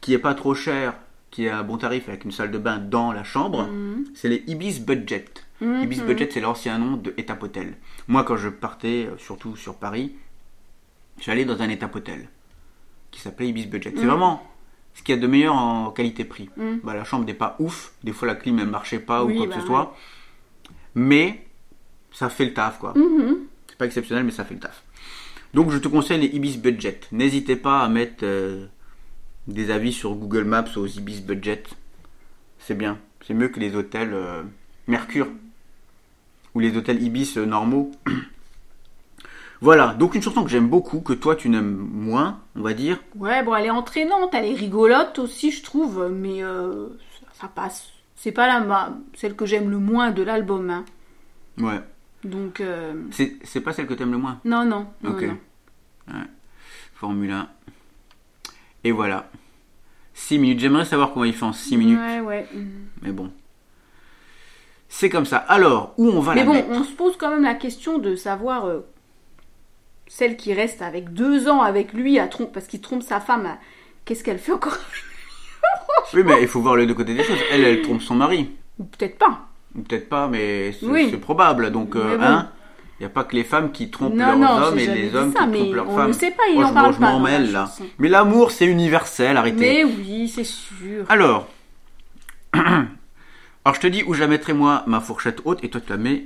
qui est pas trop cher, qui a un bon tarif avec une salle de bain dans la chambre.
Mm. Mm-hmm.
C'est les Ibis Budget.
Mhm.
Ibis Budget, c'est l'ancien nom de étape hôtel. Moi, quand je partais, euh, surtout sur Paris, j'allais dans un étape hôtel qui s'appelait Ibis Budget. C'est vraiment ce qu'il y a de meilleur en qualité-prix.
Mhm.
Bah, la chambre n'est pas ouf, des fois la clim ne marchait pas
Oui,
ou quoi
bah
que ce
ouais.
soit, mais ça fait le taf quoi.
Mhm.
C'est pas exceptionnel, mais ça fait le taf. Donc je te conseille les Ibis Budget. N'hésitez pas à mettre euh, des avis sur Google Maps aux Ibis Budget. C'est bien. C'est mieux que les hôtels euh, Mercure ou les hôtels Ibis euh, normaux. voilà, donc une chanson que j'aime beaucoup, que toi tu n'aimes moins, on va dire.
Ouais, bon, elle est entraînante, elle est rigolote aussi, je trouve, mais euh, ça, ça passe. C'est pas la ma- celle que j'aime le moins de l'album. hein.
Ouais.
Donc, euh,
C'est c'est pas celle que t'aimes le moins.
non, non. non,
Ok.
non.
Ouais. Formule 1. Et voilà. 6 minutes. J'aimerais savoir comment il fait en 6 minutes.
Ouais, ouais.
Mais bon. C'est comme ça. Alors, où on va
Mais
la
bon,
mettre
on se pose quand même la question de savoir euh, celle qui reste avec deux ans avec lui à trompe, parce qu'il trompe sa femme. à- Qu'est-ce qu'elle fait encore
Oui, mais il faut voir les deux côtés des choses. Elle, elle trompe son mari.
Ou peut-être pas.
Ou Peut-être pas, mais c'est
Oui.
c'est probable. Donc, euh,
Mais bon.
hein, il n'y a pas que les femmes qui trompent
non,
leurs
non,
hommes
j'ai
et
jamais
les
dit
hommes
ça,
qui
mais
trompent leurs
on
femmes.
ne sait pas, il
Oh,
en
je-
parle
je
pas.
m'en
dans la
mêle, là.
chanson.
Mais l'amour, c'est universel, arrêtez.
Mais oui, c'est sûr.
Alors, alors je te dis où je la mettrai moi ma fourchette haute et toi tu la mets,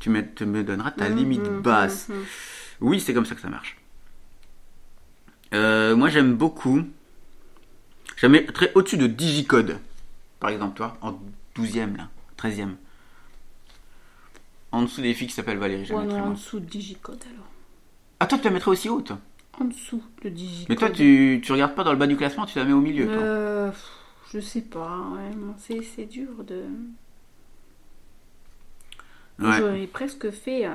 tu me, tu me donneras
Mmh, Mm,
ta limite basse. Oui, c'est comme ça que ça marche. Euh, moi j'aime beaucoup. Je la mettrais au-dessus de Digicode, par exemple, toi, en 12e là, 13e. En dessous des filles qui s'appellent Valérie, je la
Ouais, non,
mettrais
en
moi.
dessous de Digicode alors.
Ah, toi tu la mettrais aussi haute
En dessous de Digicode.
Mais toi tu, tu regardes pas dans le bas du classement, tu la mets au milieu toi.
Euh, pff, je sais pas, ouais, non, c'est c'est dur de.
Ouais.
J'aurais presque fait euh,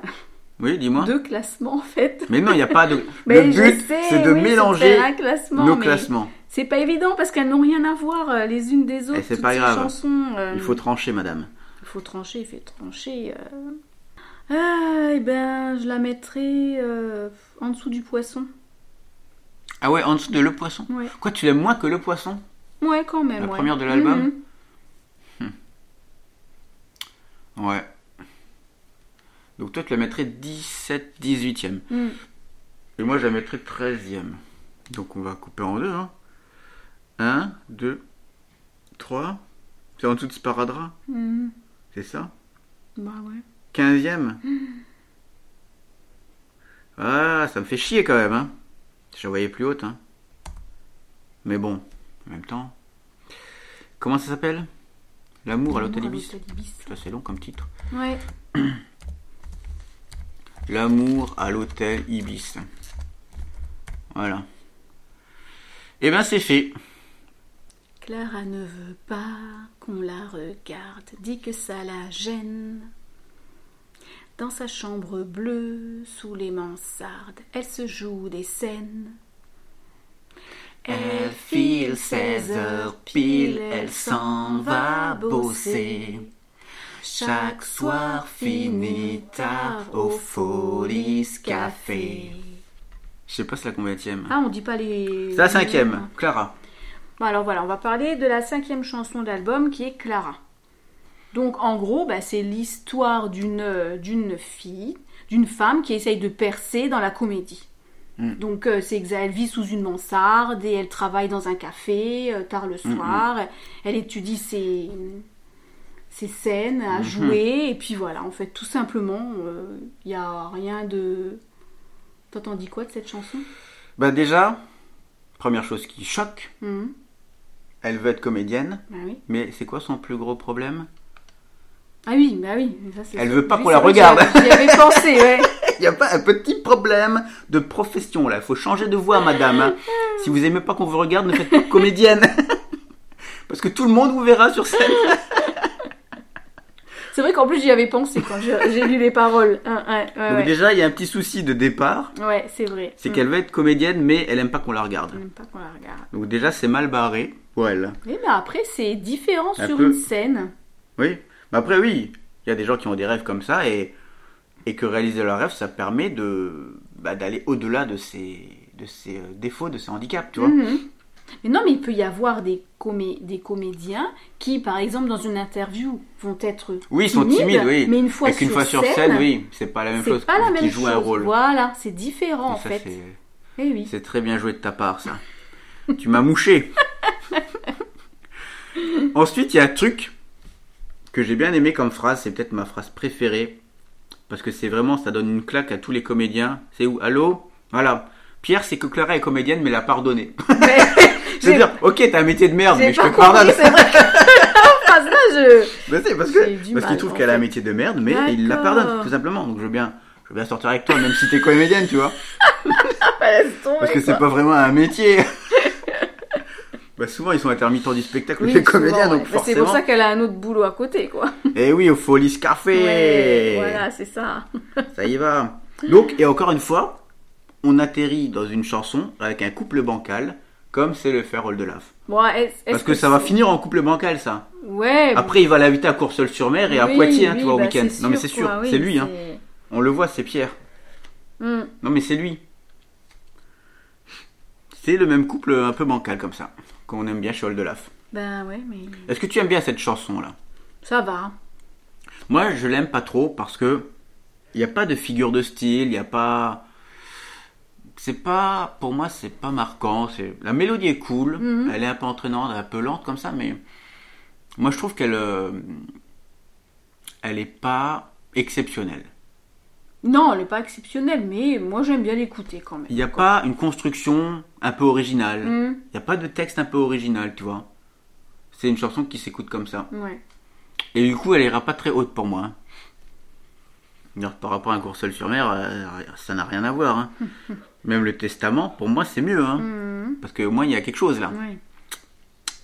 Oui, dis-moi.
deux classements en fait.
Mais non, il n'y a pas de.
Mais
le
je
but,
sais,
c'est de
oui,
mélanger
faire un classement,
nos
mais
classements. Eh,
C'est pas évident parce qu'elles n'ont rien à voir euh, les unes des autres.
c'est
toutes
pas
ces
grave.
chansons, euh,
Il faut trancher, madame.
il faut trancher, il faut trancher. euh. Ah, et ben, je la mettrais euh, en dessous du poisson.
Ah ouais, en dessous de le poisson.
Ouais,
Quoi, tu l'aimes moins que le poisson
ouais quand même.
La
ouais.
première de l'album
Mhm.
Ouais. Donc toi, tu la mettrais 17, 18e.
Mhm.
Et moi, je la mettrais 13e. Donc on va couper en deux. Hein. 1, 2, 3. C'est en dessous de Sparadrap,
Mhm.
c'est ça
Bah ouais.
15e Ah, ça me fait chier quand même. Hein. Je la voyais plus haute. Hein. Mais bon, en même temps. Comment ça s'appelle L'amour à l'hôtel Ibis.
L'amour à l'hôtel Ibis.
Ça, c'est long comme titre.
Ouais.
L'amour à l'hôtel Ibis. Voilà. Eh ben, c'est fait.
Clara ne veut pas qu'on la regarde, dit que ça la gêne. Dans sa chambre bleue, sous les mansardes, elle se joue des scènes.
Elle file 16 heures pile, elle s'en va bosser. Chaque soir fini tard au Folies Café.
Je sais pas c'est la combienième.
Ah, on dit pas les.
C'est la cinquième, Clara.
Bon, alors voilà, on va parler de la cinquième chanson de l'album qui est Clara. Donc en gros, bah, c'est l'histoire d'une euh, d'une fille, d'une femme qui essaye de percer dans la comédie.
Mm.
Donc euh, c'est exa- elle vit sous une mansarde et elle travaille dans un café euh, tard le soir. Elle étudie ses, ses scènes à
Mhm.
jouer et puis voilà, en fait tout simplement, il n'y a rien de... T'entends dis quoi de cette chanson
Bah déjà, première chose qui choque,
Mhm.
elle veut être comédienne,
Bah oui.
mais c'est quoi son plus gros problème
Ah oui, bah oui. Ça, c'est
Elle
sûr.
veut pas
Oui,
qu'on
c'est
la
vrai,
regarde.
J'y avais j'y avais pensé, ouais.
Il n'y a pas un petit problème de profession là. Il faut changer de voix, madame. hein. Si vous aimez pas qu'on vous regarde, ne faites pas de comédienne. Parce que tout le monde vous verra sur scène.
C'est vrai qu'en plus, j'y avais pensé quand je- j'ai lu les paroles. Hein, ouais, ouais,
Donc
ouais.
déjà, il y a un petit souci de départ.
Ouais, c'est vrai.
C'est
Mm.
qu'elle veut être comédienne, mais elle aime pas qu'on la
On
regarde.
n'aime pas qu'on la regarde.
Donc déjà, c'est mal barré pour elle.
Oui, mais après, c'est différent
Un
sur
peu.
une scène.
Oui. Mais après, oui, il y a des gens qui ont des rêves comme ça et, et que réaliser leurs rêves, ça permet de bah, d'aller au-delà de ses, de ses euh, défauts, de ses handicaps, tu vois.
Mhm. Mais non, mais il peut y avoir des, comé- des comédiens qui, par exemple, dans une interview, vont être
Oui, ils sont timides, oui.
Mais une fois,
Et qu'une
sur,
fois sur scène, oui, c'est pas la même chose
C'est pas la
qui
même
joue
chose.
un rôle.
Voilà, c'est différent en
Et ça,
fait.
c'est-
Eh oui.
C'est très bien joué de ta part, ça. tu m'as mouché. Ensuite, il y a un truc que j'ai bien aimé comme phrase, c'est peut-être ma phrase préférée, parce que c'est vraiment, ça donne une claque à tous les comédiens. C'est où Allô Voilà. Pierre, c'est que Clara est comédienne, mais l'a pardonné.
Mais- j'ai-
C'est-à-dire, ok, t'as un métier de merde,
j'ai
mais je
pas
te
compris,
pardonne.
C'est vrai que la phrase-là, je.
Mais c'est parce
J'ai eu du
que parce
mal,
qu'il trouve
en
qu'elle a un
fait.
métier de merde, mais il la pardonne,
D'accord.
tout simplement. Donc je veux bien, je veux bien sortir avec toi, même si t'es comédienne, tu vois.
Bah, laisse tomber,
Parce que c'est
quoi.
pas vraiment un métier. bah souvent ils sont intermittents du spectacle,
Oui,
les
souvent,
comédiens,
ouais.
donc
Bah, C'est
forcément.
pour ça qu'elle a un autre boulot à côté, quoi.
Et oui, au Folies Café.
Ouais, voilà, c'est ça.
Ça y va. Donc et encore une fois, on atterrit dans une chanson avec un couple bancal comme c'est le fer de lave.
Bon, est-ce- est-ce
Parce que ça va
c'est-
finir en couple bancal, ça.
Ouais.
Après, il va l'habiter à Courseulles-sur-Mer et à
oui,
Poitiers, hein,
oui,
tu vois, au
bah,
week-end. Non, mais c'est sûr,
quoi, oui,
c'est lui. Hein.
c'est-
On le voit, c'est Pierre.
Hmm.
Non, mais c'est lui. C'est le même couple un peu bancal comme ça, qu'on aime bien chez Oldelaf.
Ben ouais, mais
Est-ce que tu aimes bien cette chanson-là
ça va.
Moi, je l'aime pas trop parce que il n'y a pas de figure de style, il n'y a pas. C'est pas. Pour moi, c'est pas marquant. c'est- La mélodie est cool,
Mhm.
elle est un peu entraînante, un peu lente comme ça, mais. Moi, je trouve qu'elle. euh, Elle est pas exceptionnelle.
Non, elle est pas exceptionnelle, mais moi j'aime bien l'écouter quand même.
Il n'y a pas une construction un peu originale. Il
Hmm,
n'y a pas de texte un peu original, tu vois. C'est une chanson qui s'écoute comme ça.
Hum, Ouais.
Et du coup, elle ira pas très haute pour moi. hein. D'ailleurs, Par rapport à un cours seul sur mer, euh, ça n'a rien à voir. hein. Même le testament, pour moi, c'est mieux. hein.
Hmm,
Parce que au moins, il y a quelque chose là.
ouais.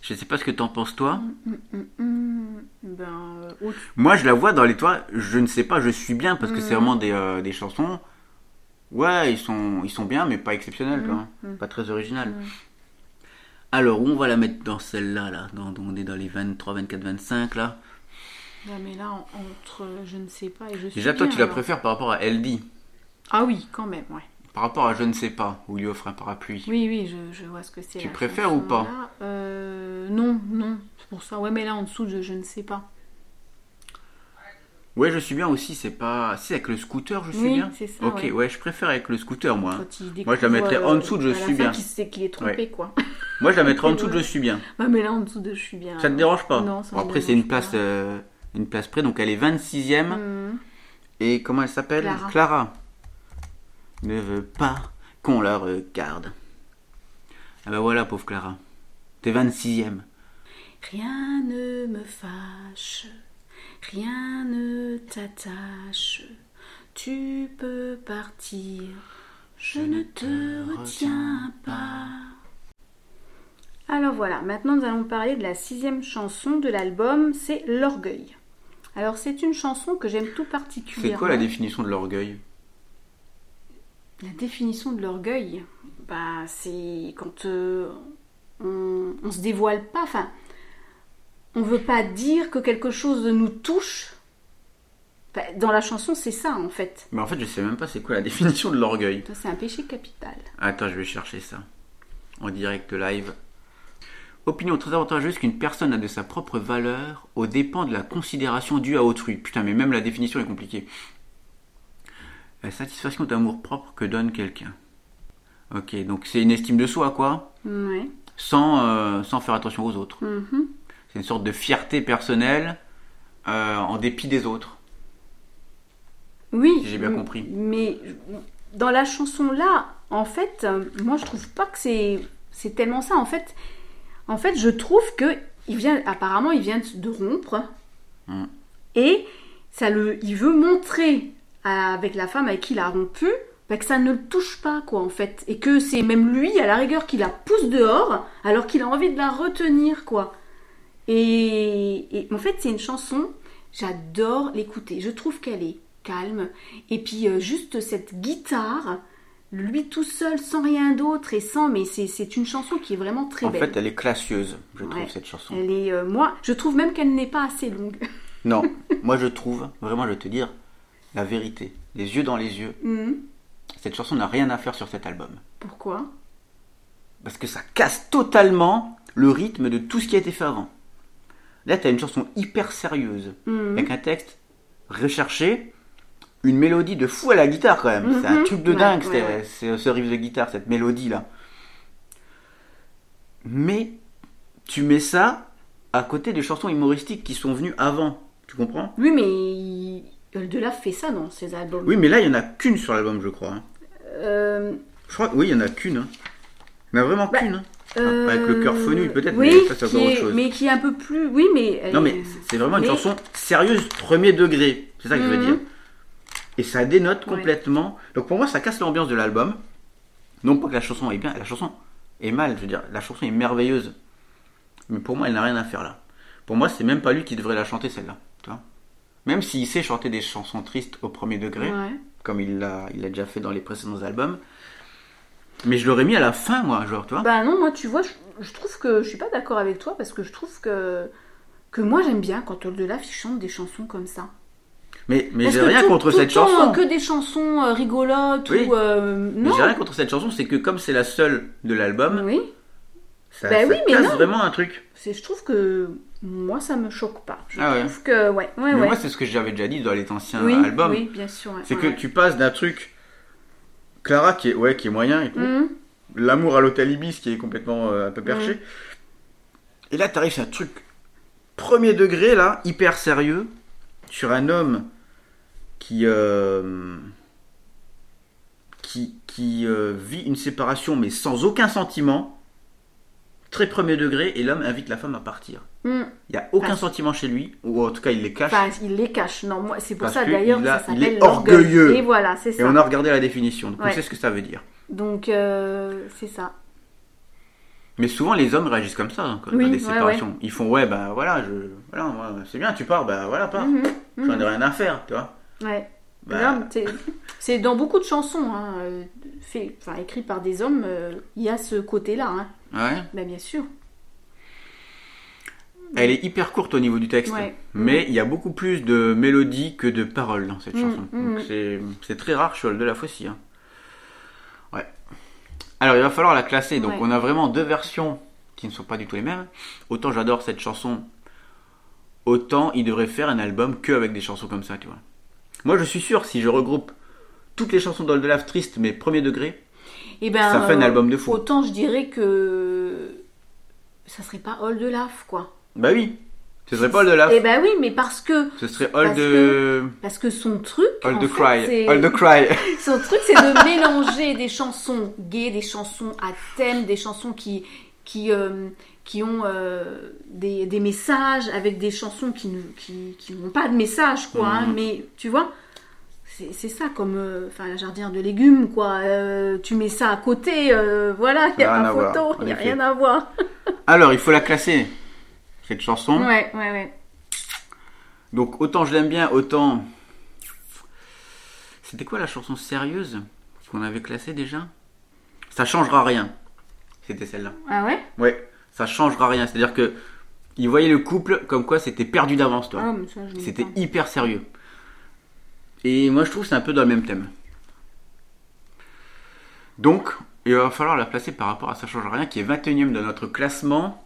Je sais pas ce que t'en penses, toi.
Hmm, hmm, hmm. Ben, euh, au-
Moi, je la vois dans les toits. Je ne sais pas, je suis bien parce que
Mm.
c'est vraiment des, euh, des chansons. Ouais, ils sont, ils sont bien, mais pas
Mm.
exceptionnels. quoi, hein. Pas très originales. Alors, où on va la mettre dans celle-là là dans, On est dans les 23, 24, 25 là.
Non, mais là, en- entre euh, je ne sais pas et je suis.
Déjà, toi,
bien,
tu la
alors.
préfères par rapport à LD.
Ah oui, quand même, ouais.
Par rapport à Je ne sais pas, où il lui offre un parapluie.
Oui, oui, je, je vois ce que c'est.
Tu
la
préfères ou
chanson, là. Euh, Non, non, c'est pour ça. Ouais, mais là, en dessous, je, je ne sais pas.
Ouais, je suis bien aussi, c'est pas. C'est avec le scooter, je suis
Oui,
bien
c'est ça,
Ok, ouais.
ouais.
je préfère avec le scooter, moi. hein.
Quand il
Moi, je la
découvre, euh,
mettrais en dessous de je
à la
suis
fin,
bien.
qu'il sait qu'il est trompé,
Ouais.
quoi.
Moi, je la mettrai en dessous de
Ouais.
Je suis bien.
Ouais, mais là, en dessous de je suis bien.
Ça te dérange pas
Non, ça
Bon,
me
Après, c'est
dérange
une place,
pas.
euh, une place près, donc elle est 26 e
Hmm.
Et comment elle s'appelle
Clara.
Ne veut pas qu'on la regarde. Ah bah voilà, pauvre Clara. T'es 26 e
Rien ne me fâche, rien ne t'attache. Tu peux partir, je, ne te retiens pas. Alors voilà, maintenant nous allons parler de la sixième chanson de l'album, c'est L'orgueil. Alors c'est une chanson que j'aime tout
C'est
particulièrement.
quoi la définition de l'orgueil
La définition de l'orgueil, bah, c'est quand euh, on, on se dévoile pas, enfin, on veut pas dire que quelque chose nous touche. Enfin, dans la chanson, c'est ça en fait.
Mais en fait, je sais même pas c'est quoi la définition de l'orgueil.
Ça, C'est un péché capital.
Attends, je vais chercher ça. En direct live. Opinion très avantageuse qu'une personne a de sa propre valeur au dépens de la considération due à autrui. Putain, mais même la définition est compliquée. La satisfaction d'amour propre que donne quelqu'un. Ok, donc c'est une estime de soi, quoi.
Ouais.
Sans, euh, sans faire attention aux autres.
Mhm.
C'est une sorte de fierté personnelle euh, en dépit des autres.
Oui.
Si j'ai bien
m-
compris.
Mais dans la chanson là, en fait, euh, moi je trouve pas que c'est c'est tellement ça. En fait, en fait, je trouve que il vient apparemment il vient de- de rompre
Mm.
et ça le il veut montrer à- avec la femme avec qui il a rompu bah, que ça ne le touche pas quoi en fait et que c'est même lui à la rigueur qui la pousse dehors alors qu'il a envie de la retenir quoi. Et, et en fait, c'est une chanson, j'adore l'écouter. Je trouve qu'elle est calme. Et puis, euh, juste cette guitare, lui tout seul, sans rien d'autre et sans. Mais c'est- c'est une chanson qui est vraiment très
en
belle.
fait, elle est classieuse, je trouve,
Ouais.
cette chanson.
elle est. euh, moi, je trouve même qu'elle n'est pas assez longue.
Non, moi je trouve, vraiment je vais te dire, la vérité, les yeux dans les yeux,
Hum,
cette chanson n'a rien à faire sur cet album.
Pourquoi
Parce que ça casse totalement le rythme de tout ce qui a été fait avant. Là, t'as une chanson hyper sérieuse,
Hum,
avec un texte recherché, une mélodie de fou à la guitare quand même. C'est un
Mhm.
truc de
Ouais,
dingue,
ouais,
c'est-
ouais.
c'est euh, ce riff de guitare, cette mélodie là. Mais tu mets ça à côté des chansons humoristiques qui sont venues avant, tu comprends
Oui, mais. il- Oldelaf fait ça dans ses albums.
Oui, mais là, il n'y en a qu'une sur l'album, je crois. hein.
Euh,
Je crois, oui, il y en a qu'une. hein. Il n'y en a vraiment qu'une. hein.
euh,
Avec le cœur fenu, peut-être,
oui,
mais ça, c'est
qui
encore
est-
autre chose.
Mais qui est un peu plus. Oui, mais. elle
Non,
est-
mais c'est- c'est vraiment une
mais-
chanson sérieuse, premier degré. C'est ça que je veux
Mhm.
dire. Et ça dénote
Ouais.
complètement. Donc pour moi, ça casse l'ambiance de l'album. Non pas que la chanson est bien, la chanson est mal, je veux dire, la chanson est merveilleuse. Mais pour moi, elle n'a rien à faire là. Pour moi, c'est même pas lui qui devrait la chanter celle-là. tu vois. Même s'il sait chanter des chansons tristes au premier degré,
Ouais.
comme il l'a il l'a déjà fait dans les précédents albums. Mais je l'aurais mis à la fin, moi, genre, tu vois.
Bah non, moi, tu vois, je, je trouve que je suis pas d'accord avec toi parce que je trouve que, que moi, j'aime bien quand Oldelaf il chante des chansons comme ça.
mais mais
Parce
j'ai
que
rien
tout-
contre
tout le
cette
temps,
chanson.
euh, Que des chansons euh, rigolotes
Oui.
ou. euh,
Mais
non.
j'ai rien contre cette chanson, c'est que comme c'est la seule de l'album,
Oui.
ça,
Bah
ça
oui, mais
casse
non.
vraiment un truc.
C'est, je trouve que moi, ça me choque pas. Je
Ah ouais.
trouve que, ouais, ouais,
Mais
ouais.
moi, c'est ce que j'avais déjà dit dans les anciens
oui,
albums.
oui, bien sûr. ouais,
C'est
ouais,
que
ouais.
tu passes d'un truc. Clara, qui est, ouais, qui est moyen et tout.
Mhm.
L'amour à l'hôtel Ibis, qui est complètement euh, un peu perché. Et là, t'arrives sur un truc premier degré, là, hyper sérieux, sur un homme qui. euh, qui, qui euh, vit une séparation, mais sans aucun sentiment. Très premier degré, et l'homme invite la femme à partir.
Mhm.
Il n'y a aucun
Enfin,
sentiment chez lui, ou en tout cas, il les cache.
Enfin, il les cache. Non, moi, c'est pour
Parce
ça
que
d'ailleurs
il
ça
a- il
s'appelle
est
l'orgueil.
orgueilleux.
Et voilà, c'est
Et
ça.
on a regardé la définition, donc
Ouais.
on sait ce que ça veut dire.
Donc, euh, c'est ça.
Mais souvent les hommes réagissent comme ça hein, quand
Oui,
il y a des
ouais,
séparations. Ils font ouais bah voilà je voilà moi c'est bien tu pars bah voilà pars.
Mhm,
J'en ai
mhm.
rien à faire tu vois.
Ouais.
Bah,
L'homme, c'est- c'est dans beaucoup de chansons, hein, euh, fait, enfin, écrites par des hommes, euh, il y a ce côté-là. Hein.
ouais.
Bah, bien sûr.
Elle est hyper courte au niveau du texte,
Ouais.
mais il y a beaucoup plus de mélodie que de paroles dans cette
Mhm,
chanson.
mhm.
Donc c'est- c'est très rare chez de la Fossi. hein. Ouais. Alors il va falloir la classer. Donc
Ouais.
on a vraiment deux versions qui ne sont pas du tout les mêmes. Autant j'adore cette chanson, autant il devrait faire un album que avec des chansons comme ça, tu vois. Moi je suis sûr si je regroupe toutes les chansons d'Old Love triste mais premier degré,
Et ben,
ça fait un
euh,
album de fou.
Autant je dirais que ça serait pas Old Laf, quoi.
Bah oui, ce serait pas Old Love,
Et ben oui, mais parce que
ce serait Old
parce
euh,
parce que son truc,
Old
en
the
fait,
Cry,
c'est-
Old the Cry.
son truc, c'est de mélanger des chansons gaies, des chansons à thème, des chansons qui qui euh, qui ont euh, des, des messages avec des chansons qui ne- qui qui n'ont pas de message, quoi. hein,
Mhm.
mais tu vois. C'est c'est ça, comme euh, enfin la jardinière de légumes, quoi. Euh, tu mets ça à côté, euh, voilà, il n'y
Ça
a
n'a
pas
rien à
photo,
voir, en
il n'y a
effet.
rien à voir.
Alors, il faut la classer, cette chanson.
Ouais, ouais, ouais.
Donc, autant je l'aime bien, autant. C'était quoi la chanson sérieuse qu'on avait classée déjà Ça changera rien. C'était celle-là.
Ah ouais
Ouais, ça changera rien. C'est-à-dire que. Il voyait le couple comme quoi c'était perdu d'avance, toi.
Ah, mais ça, je l'ai
c'était
pas.
hyper sérieux. Et moi, je trouve que c'est un peu dans le même thème. Donc, il va falloir la placer par rapport à Ça change rien, qui est 21ème de notre classement.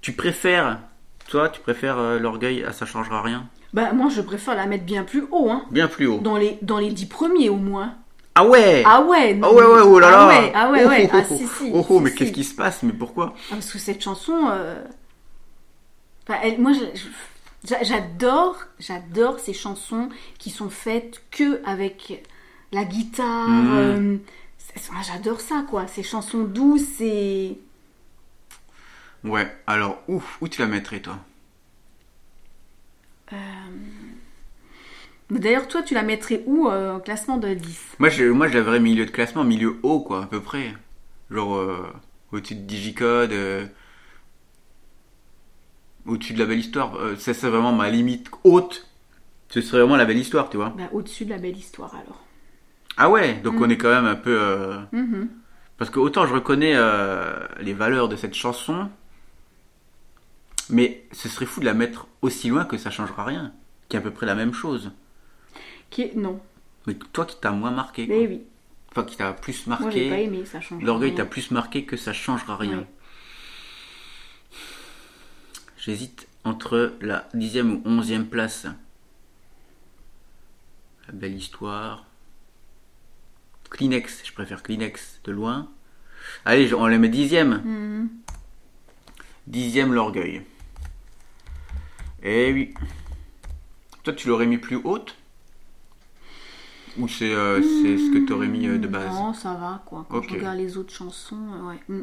Tu préfères, toi, tu préfères euh, l'orgueil à Ça changera rien
Bah, moi, je préfère la mettre bien plus haut, hein.
Bien plus haut.
Dans les, dans les dix premiers, au moins.
Ah ouais
Ah ouais non,
Ah ouais, ouais, oh là là
Ah ouais, ah ouais,
Oh,
ouais.
oh,
Ah,
oh,
si, si.
oh, oh, mais
si,
qu'est-ce
si.
qui se passe Mais pourquoi
Ah, Parce que cette chanson... euh, enfin, elle- moi, je- je- j'a- j'adore, j'adore ces chansons qui sont faites que avec la guitare.
Mhm.
euh, c'est- ah, j'adore ça, quoi. Ces chansons douces et...
Ouais, alors, ouf, où tu la mettrais, toi
D'ailleurs, toi, tu la mettrais où euh, en classement de 10
Moi, je, moi, je la verrais milieu de classement, milieu haut, quoi, à peu près. Genre euh, au-dessus de Digicode, euh, au-dessus de la belle histoire. Euh, ça, c'est vraiment ma limite haute. Ce serait vraiment la belle histoire, tu vois.
Bah, au-dessus de la belle histoire, alors.
Ah ouais, donc
Mm.
on est quand même un peu. euh,
Mhm.
Parce que autant je reconnais euh, les valeurs de cette chanson, mais ce serait fou de la mettre aussi loin que ça changera rien, qui est à peu près la même chose.
Qui est... Non,
Mais toi qui t'as moins marqué, quoi.
mais oui.
Enfin, qui t'as plus
Moi, j'ai
marqué.
pas aimé, ça change.
L'orgueil
rien.
t'a plus marqué que ça changera rien.
Ouais.
J'hésite entre la dixième ou onzième place. La belle histoire. Kleenex, je préfère Kleenex de loin. Allez, je- on la met dixième.
Mhm.
Dixième l'orgueil. Eh oui. Toi, tu l'aurais mis plus haute Ou c'est euh, c'est ce que tu aurais mis euh, de base
Non, ça va quoi. Quand
Ok.
je regarde les autres chansons, euh, ouais. Mm.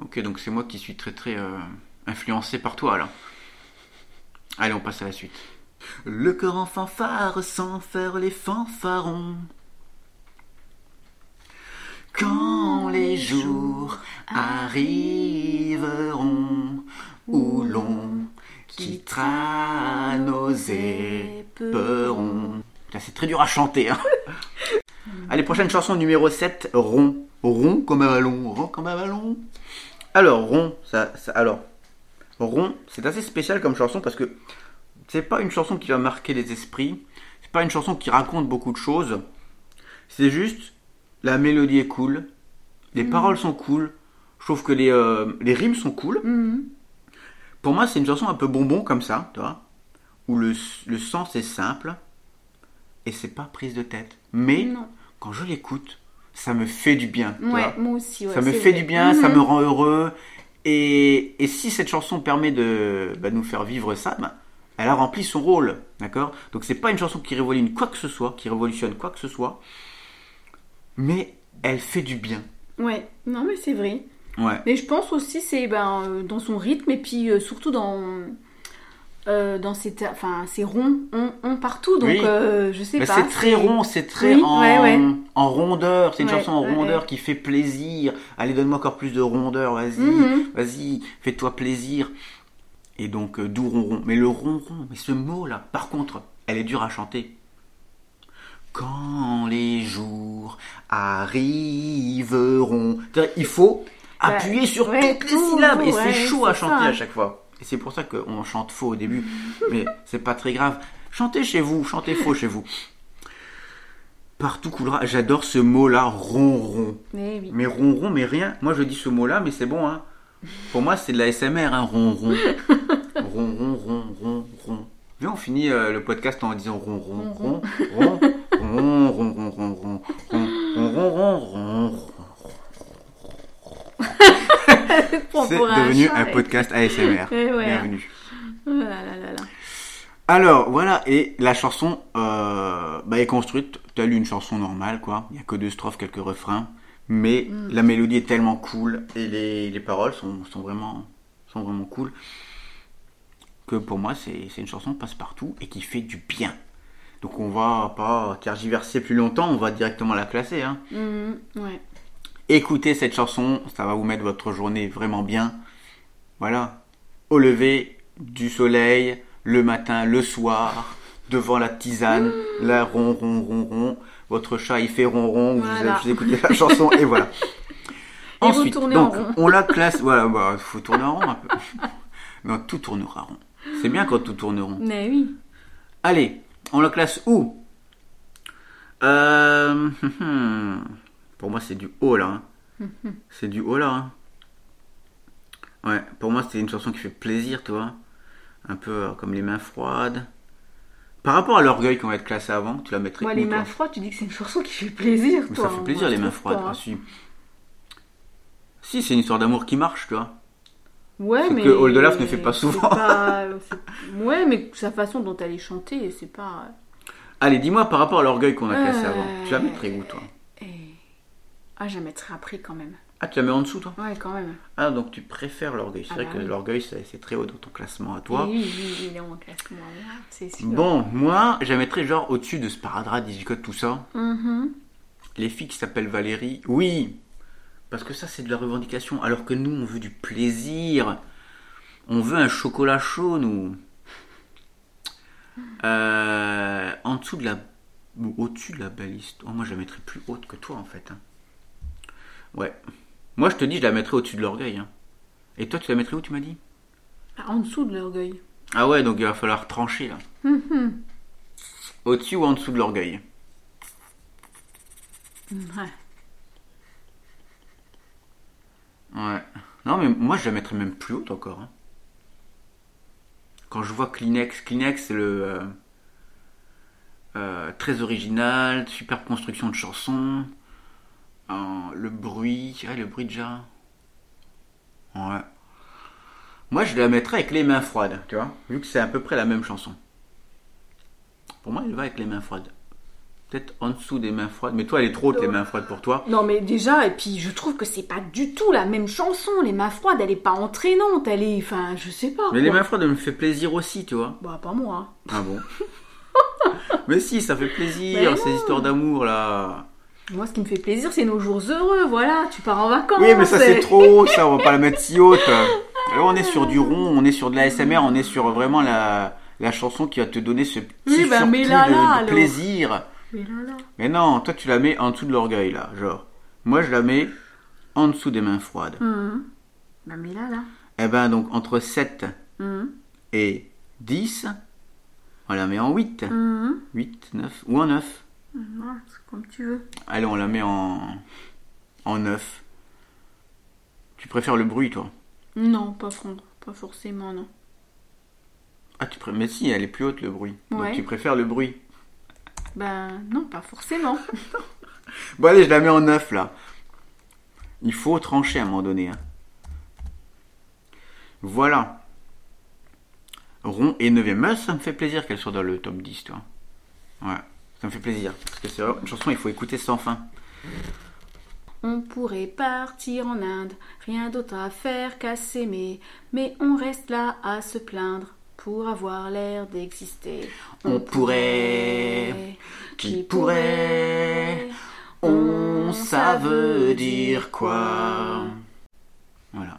Ok, donc c'est moi qui suis très très euh, influencé par toi là. Allez, on passe à la suite. Le cœur en fanfare sans faire les fanfarons. Quand les jours arriveront où l'on quittera nos éperons. Putain, C'est très dur à chanter. Hein. Allez, prochaine chanson numéro 7, Rond. Rond comme un ballon, rond comme un ballon. Alors, Rond, ça, ça- alors, Rond, c'est assez spécial comme chanson parce que c'est pas une chanson qui va marquer les esprits, c'est pas une chanson qui raconte beaucoup de choses. C'est juste, la mélodie est cool, les paroles sont cool, je trouve que les, euh, les rimes sont cool.
Mhm.
Pour moi, c'est une chanson un peu bonbon comme ça, tu vois, où le, le sens est simple et c'est pas prise de tête. Mais
Non.
quand je l'écoute, ça me fait du bien. tu vois.
Mm. Ouais, moi aussi. ouais,
ça me
c'est
fait
vrai.
du bien, ça
Mhm.
me rend heureux. Et, et si cette chanson permet de bah, nous faire vivre ça, bah, elle a rempli son rôle, d'accord Donc c'est pas une chanson qui révolutionne quoi que ce soit, qui révolutionne quoi que ce soit, mais elle fait du bien.
Ouais, non, mais c'est vrai.
Ouais.
Mais je pense aussi c'est ben, euh, dans son rythme et puis euh, surtout dans euh, dans ses ta- enfin ses ronds on, on partout donc
Oui.
euh, je sais
Mais
pas.
c'est très rond, c'est très
Oui,
en,
ouais, ouais.
en rondeur. C'est une
Ouais,
chanson en
ouais,
rondeur qui fait plaisir. Allez, donne-moi encore plus de rondeur, vas-y,
Mhm.
vas-y, fais-toi plaisir. Et donc, euh, d'où ronron. Mais le ronron, mais ce mot-là, par contre, elle est dure à chanter. Quand les jours arriveront. C'est-à-dire, Il faut
Bah,
appuyer sur
ouais,
toutes les
tout,
syllabes. Et
ouais,
c'est chaud à
c'est
chanter
ça.
à chaque fois. Et c'est pour ça qu'on chante faux au début. Mais c'est pas très grave. Chantez chez vous, chantez faux chez vous. Partout coulera. J'adore ce mot-là, ronron.
Mais oui.
Mais ronron, mais rien. Moi, je dis ce mot-là, mais c'est bon. Hein. Pour moi, c'est de la SMR, hein, ronron. ronron, ron, ron, ron. Viens, on finit euh, le podcast en disant ronron, ron, ron, ron, ron, ron, ron, ron, ron, ron, ron, ron, ron.
Pour-
C'est
pour
devenu
chat,
un
et-
podcast ASMR.
Eh ouais.
Bienvenue.
Oh là là là là.
Alors voilà, et la chanson euh, bah, est construite telle une chanson normale, quoi. Il n'y a que deux strophes, quelques refrains, mais
Mm.
la mélodie est tellement cool et les, les paroles sont, sont vraiment, sont vraiment cool que pour moi c'est c'est une chanson passe-partout et qui fait du bien. Donc on va pas tergiverser plus longtemps, on va directement la classer. Hein.
Mhm, ouais.
Écoutez cette chanson, ça va vous mettre votre journée vraiment bien. Voilà. Au lever du soleil, le matin, le soir, devant la tisane,
Mmh.
la ron ron ron ron, votre chat il fait ron ron, vous-
Voilà.
vous, écoutez la chanson et voilà.
Et vous
Ensuite,
tournez en
donc,
rond.
on la classe. Voilà, bah, faut tourner en rond un peu. non, tout tournera rond. C'est bien quand tout tourne rond.
Mais oui.
Allez, on la classe où Euh, hum, hum. Pour moi, c'est du haut là. hein. C'est du haut là. hein. Ouais, pour moi, c'est une chanson qui fait plaisir, tu vois. Un peu euh, comme les mains froides. Par rapport à l'orgueil qu'on va être classé avant, tu la mettrais
Moi,
où,
les
toi
mains froides, tu dis que c'est une chanson qui fait plaisir,
Mais
toi.
ça fait
hein,
plaisir
moi,
les
je
mains
trouve
froides.
pas, hein.
Ah, si, si c'est une histoire d'amour qui marche, tu vois.
Ouais,
Sauf
mais.
que Old Olaf ne fait pas
c'est
souvent.
pas- c'est- Ouais, mais sa façon dont elle est chantée, c'est pas.
Allez, dis-moi par rapport à l'orgueil qu'on a classé
Euh.
avant, tu la mettrais où, toi
Eh. Ah, je la mettrai après quand même.
Ah, tu la mets en dessous, toi
Ouais, quand même.
Ah, donc tu préfères l'orgueil. C'est
Ah
vrai
bah
que
oui.
l'orgueil, c'est c'est très haut dans ton classement à toi.
Et oui, oui, il est en classement, c'est sûr.
Bon, moi, je la mettrais genre au-dessus de Sparadrap, Digicote, tout ça.
Mhm.
Les filles qui s'appellent Valérie, oui, parce que ça c'est de la revendication, alors que nous on veut du plaisir, on veut un chocolat chaud, nous. Euh, en dessous de la. ou Au-dessus de la baliste. Oh, moi je la mettrais plus haute que toi en fait. hein. Ouais. Moi je te dis, je la mettrais au-dessus de l'orgueil. hein. Et toi tu la mettrais où tu m'as dit
Ah, En dessous de l'orgueil.
Ah ouais, donc il va falloir trancher là. Au-dessus ou en dessous de l'orgueil
Ouais.
Ouais. Non, mais moi, je la mettrais même plus haute encore. hein. Quand je vois Kleenex, Kleenex, c'est le. euh, euh, très original, super construction de chansons. euh, le bruit. Ouais, le bruit déjà. Ouais. Moi, je la mettrais avec les mains froides, tu vois. Vu que c'est à peu près la même chanson. Pour moi, elle va avec les mains froides. Peut-être en dessous des mains froides. Mais toi, elle est trop haute, les mains froides pour toi.
Non mais déjà, et puis je trouve que c'est pas du tout la même chanson. Les mains froides, elle est pas entraînante, elle est... Enfin, je sais pas.
Mais les
quoi.
mains froides, elles me fait plaisir aussi, tu vois.
Bah, pas moi.
Ah bon Mais si, ça fait plaisir,
Mais
ces histoires d'amour là.
Moi, ce qui me fait plaisir, c'est nos jours heureux, voilà. Tu pars en vacances.
Oui, mais ça c'est
et-
trop haut, ça, on va pas la mettre si haute. Là, on est sur du rond, on est sur de la SMR, on est sur vraiment la, la chanson qui va te donner ce petit
Oui, bah,
surplus
mets-la
de-
là,
de,
alors.
plaisir.
Mais là, là.
Mais non, toi tu la mets en dessous de l'orgueil là, genre. Moi je la mets en dessous des mains froides.
Hum. Bah, mais là, là.
Eh ben donc entre 7
Hum.
et 10, on la met en 8.
Hum.
8, 9 ou en 9.
Voilà, c'est comme tu veux.
Allez, on la met en en 9. Tu préfères le bruit toi
Non, pas fondre. Pas forcément, non.
Ah tu pré- mais si, elle est plus haute le bruit.
Ouais.
Donc tu préfères le bruit.
Ben, non, pas forcément.
Bon allez, je la mets en 9 là. Il faut trancher à un moment donné. hein. Voilà. Rond et 9 e ça me fait plaisir qu'elle soit dans le top 10, toi. Ouais, ça me fait plaisir. Parce que c'est vraiment une chanson, il faut écouter sans fin.
On pourrait partir en Inde, rien d'autre à faire qu'à s'aimer, mais on reste là à se plaindre pour avoir l'air d'exister.
On pourrait, qui pourrait, on, ça veut dire quoi Voilà.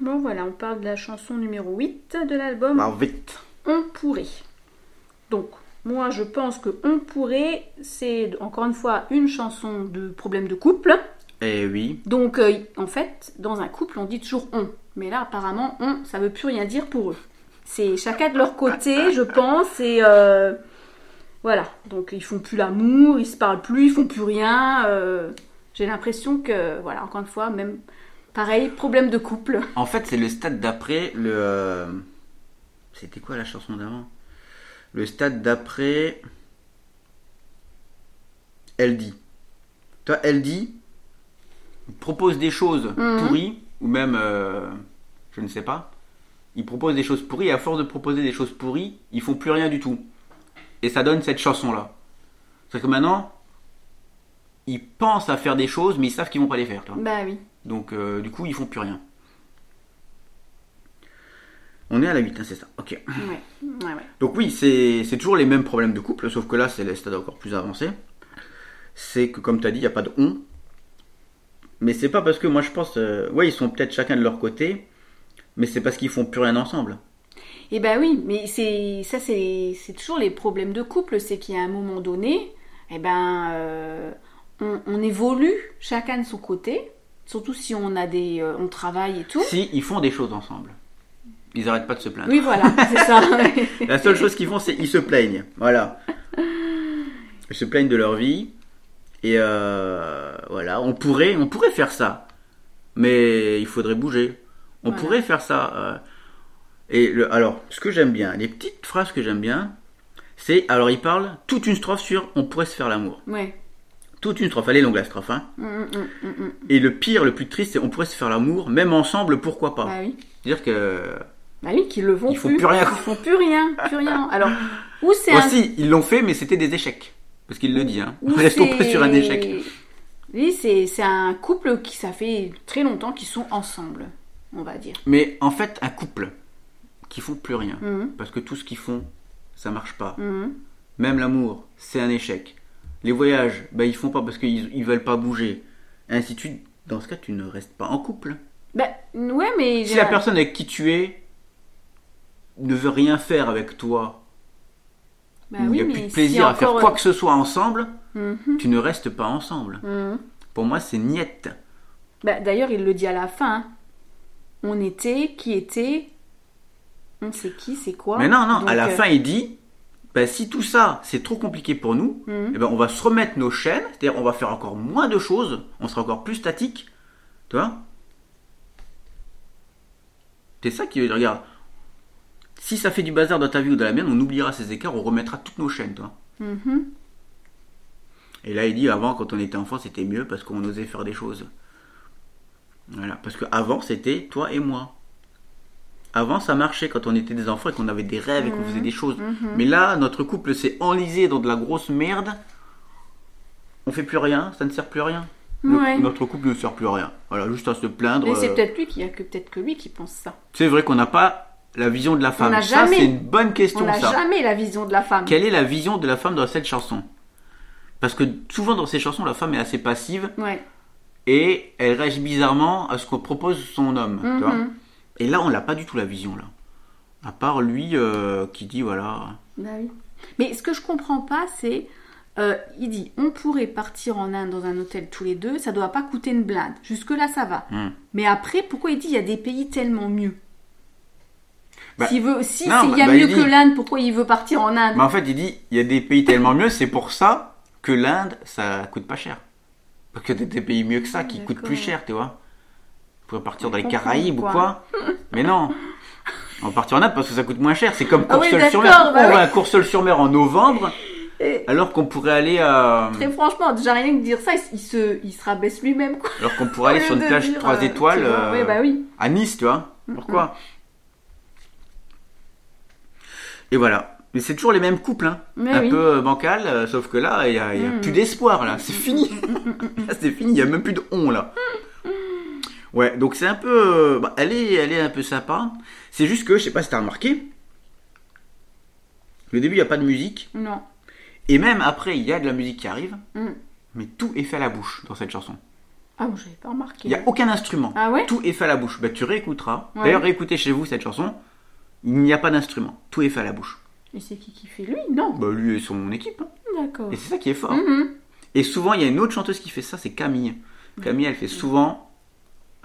Bon voilà, on parle de la chanson numéro 8 de l'album
Alors Bah, vite.
On pourrait. Donc, moi je pense que On pourrait, c'est encore une fois une chanson de problème de couple.
Eh oui.
Donc, euh, en fait, dans un couple, on dit toujours on. Mais là, apparemment, on, ça veut plus rien dire pour eux. C'est chacun de leur côté, je pense, et euh, voilà. Donc, ils font plus l'amour, ils se parlent plus, ils font plus rien. euh, J'ai l'impression que, voilà, encore une fois, même pareil, problème de couple.
En fait, c'est le stade d'après le. euh, C'était quoi la chanson d'avant Le stade d'après. Elle dit. Toi, elle dit. Propose des choses
Mhm.
pourries, ou même. euh, je ne sais pas. Ils proposent des choses pourries, et à force de proposer des choses pourries, ils font plus rien du tout. Et ça donne cette chanson-là. C'est-à-dire que maintenant, ils pensent à faire des choses, mais ils savent qu'ils vont pas les faire, toi.
Bah oui.
Donc euh, du coup, ils font plus rien. On est à la 8, hein, c'est ça. Ok.
Ouais, ouais, ouais.
Donc oui, c'est c'est toujours les mêmes problèmes de couple, sauf que là, c'est le stade encore plus avancé. C'est que comme tu as dit, il n'y a pas de on. Mais c'est pas parce que moi je pense... euh, ouais, ils sont peut-être chacun de leur côté, mais c'est parce qu'ils font plus rien ensemble.
Eh ben oui, mais c'est ça, c'est c'est toujours les problèmes de couple, c'est qu'à un moment donné, eh ben euh, on, on évolue chacun de son côté, surtout si on a des, euh, on travaille et tout.
Si, ils font des choses ensemble. Ils arrêtent pas de se plaindre.
Oui, voilà, c'est ça.
La seule chose qu'ils font, c'est ils se plaignent. Voilà. Ils se plaignent de leur vie. Et euh, voilà, on pourrait, on pourrait faire ça. Mais il faudrait bouger. On
Voilà.
pourrait faire ça. euh. Et le, alors, ce que j'aime bien, les petites phrases que j'aime bien, c'est alors il parle toute une strophe sur on pourrait se faire l'amour.
Ouais.
Toute une strophe, elle est longue la strophe. hein.
Mm, mm, mm, mm, mm.
Et le pire, le plus triste, c'est on pourrait se faire l'amour, même ensemble, pourquoi pas.
Bah oui,
C'est-à-dire que
bah oui, qu'ils le font
Ils font plus rien.
Ils font plus rien, plus rien. Alors où c'est un-
Aussi, ils l'ont fait, mais c'était des échecs. Parce qu'il le dit, hein.
où
Restons
c'est-
pas sur un échec.
Oui, c'est c'est un couple qui ça fait très longtemps qu'ils sont ensemble, on va dire.
Mais en fait, un couple qui font plus rien.
Mhm,
Parce que tout ce qu'ils font, ça marche pas.
mhm.
Même l'amour, c'est un échec. Les voyages, bah, ils font pas parce qu'ils ils veulent pas bouger. Et ainsi de suite. Dans ce cas, tu ne restes pas en couple.
Bah, ouais, mais.
Si
j'ai-
la personne avec qui tu es ne veut rien faire avec toi,
Bah
ou il n'y a
oui,
plus
mais
de plaisir
si
à faire
encore- euh,
quoi que ce soit ensemble,
Mhm,
tu ne restes pas ensemble.
mhm.
Pour moi, c'est niette.
Bah, D'ailleurs, il le dit à la fin. hein. On était, qui était, on sait qui, c'est quoi.
Mais non, non,
Donc,
à la
euh,
fin, il dit ben, si tout ça, c'est trop compliqué pour nous,
Mhm.
eh ben, on va se remettre nos chaînes, c'est-à-dire on va faire encore moins de choses, on sera encore plus statique. Tu vois C'est ça qui veut dire regarde, si ça fait du bazar dans ta vie ou dans la mienne, on oubliera ces écarts, on remettra toutes nos chaînes, toi.
mhm.
Et là, il dit avant, quand on était enfant, c'était mieux parce qu'on osait faire des choses. Voilà, parce qu'avant, c'était toi et moi. Avant, ça marchait quand on était des enfants et qu'on avait des rêves et qu'on faisait des choses.
Mhm.
Mais là, notre couple s'est enlisé dans de la grosse merde. On fait plus rien, ça ne sert plus à rien. No-
Ouais.
Notre couple ne sert plus à rien. Voilà, juste à se plaindre.
Mais c'est
euh,
peut-être lui qui a que peut-être que lui qui pense ça.
C'est vrai qu'on n'a pas la vision de la femme.
n'a
ça,
jamais-
c'est une bonne
On
question,
n'a
ça.
jamais la vision de la femme.
Quelle est la vision de la femme dans cette chanson Parce que souvent dans ces chansons, la femme est assez passive
Ouais.
et elle réagit bizarrement à ce qu'on propose son homme. tu vois.
Mhm.
Et là, on n'a pas du tout la vision là. À part lui euh, qui dit voilà.
Bah oui. Mais ce que je comprends pas, c'est Euh, il dit on pourrait partir en Inde dans un hôtel tous les deux, ça doit pas coûter une blinde. Jusque-là, ça va.
Hmm.
Mais après, pourquoi il dit il y a des pays tellement mieux
Bah,
S'il veut, si,
non,
s'il y a
bah, il
mieux
dit-
que l'Inde, pourquoi il veut partir en Inde
Mais en fait, il dit il y a des pays tellement mieux, c'est pour ça que l'Inde, ça coûte pas cher. Parce que t'as des pays mieux que ça qui
D'accord.
coûtent plus cher, tu vois. On pourrait partir dans les
On
Caraïbes ou
comprend,
quoi. Mais non. On va partir en Inde parce que ça coûte moins cher. C'est comme
Ah oui,
Courseul-sur-Mer.
d'accord,
Pourquoi
bah
on va
oui.
à Courseul-sur-Mer en novembre
Et
alors qu'on pourrait aller à...
Très franchement, déjà rien que de dire ça, il, il se, il se rabaisse lui-même quoi.
alors qu'on pourrait aller
Au
sur
lieu
une
de
plage
dire,
3
euh,
étoiles
tu vois,
euh,
ouais, bah oui.
à Nice, tu vois.
Mm-hmm.
Pourquoi Et voilà. Mais c'est toujours les mêmes couples, hein.
Mais
un
oui.
peu euh, bancal, euh, sauf que là, il n'y a, il y a
Mm.
plus d'espoir, là. C'est fini. là, c'est fini, il n'y a même plus de on, là. Ouais, donc c'est un peu. euh, bah, elle, est, elle est un peu sympa. C'est juste que, je sais pas si t'as remarqué, le début, il n'y a pas de musique.
Non.
Et même après, il y a de la musique qui arrive,
Mm.
mais tout est fait à la bouche dans cette chanson.
Ah bon, j'avais pas remarqué.
Il n'y a aucun instrument.
Ah ouais
Tout est fait à la bouche. Bah, tu réécouteras.
Ouais.
D'ailleurs, réécoutez chez vous cette chanson. Il n'y a pas d'instrument. Tout est fait à la bouche.
Et c'est qui qui fait lui Non.
Bah, lui et son équipe. hein.
D'accord.
Et c'est ça qui est fort.
Mhm.
Et souvent, il y a une autre chanteuse qui fait ça, c'est Camille. Camille, elle fait souvent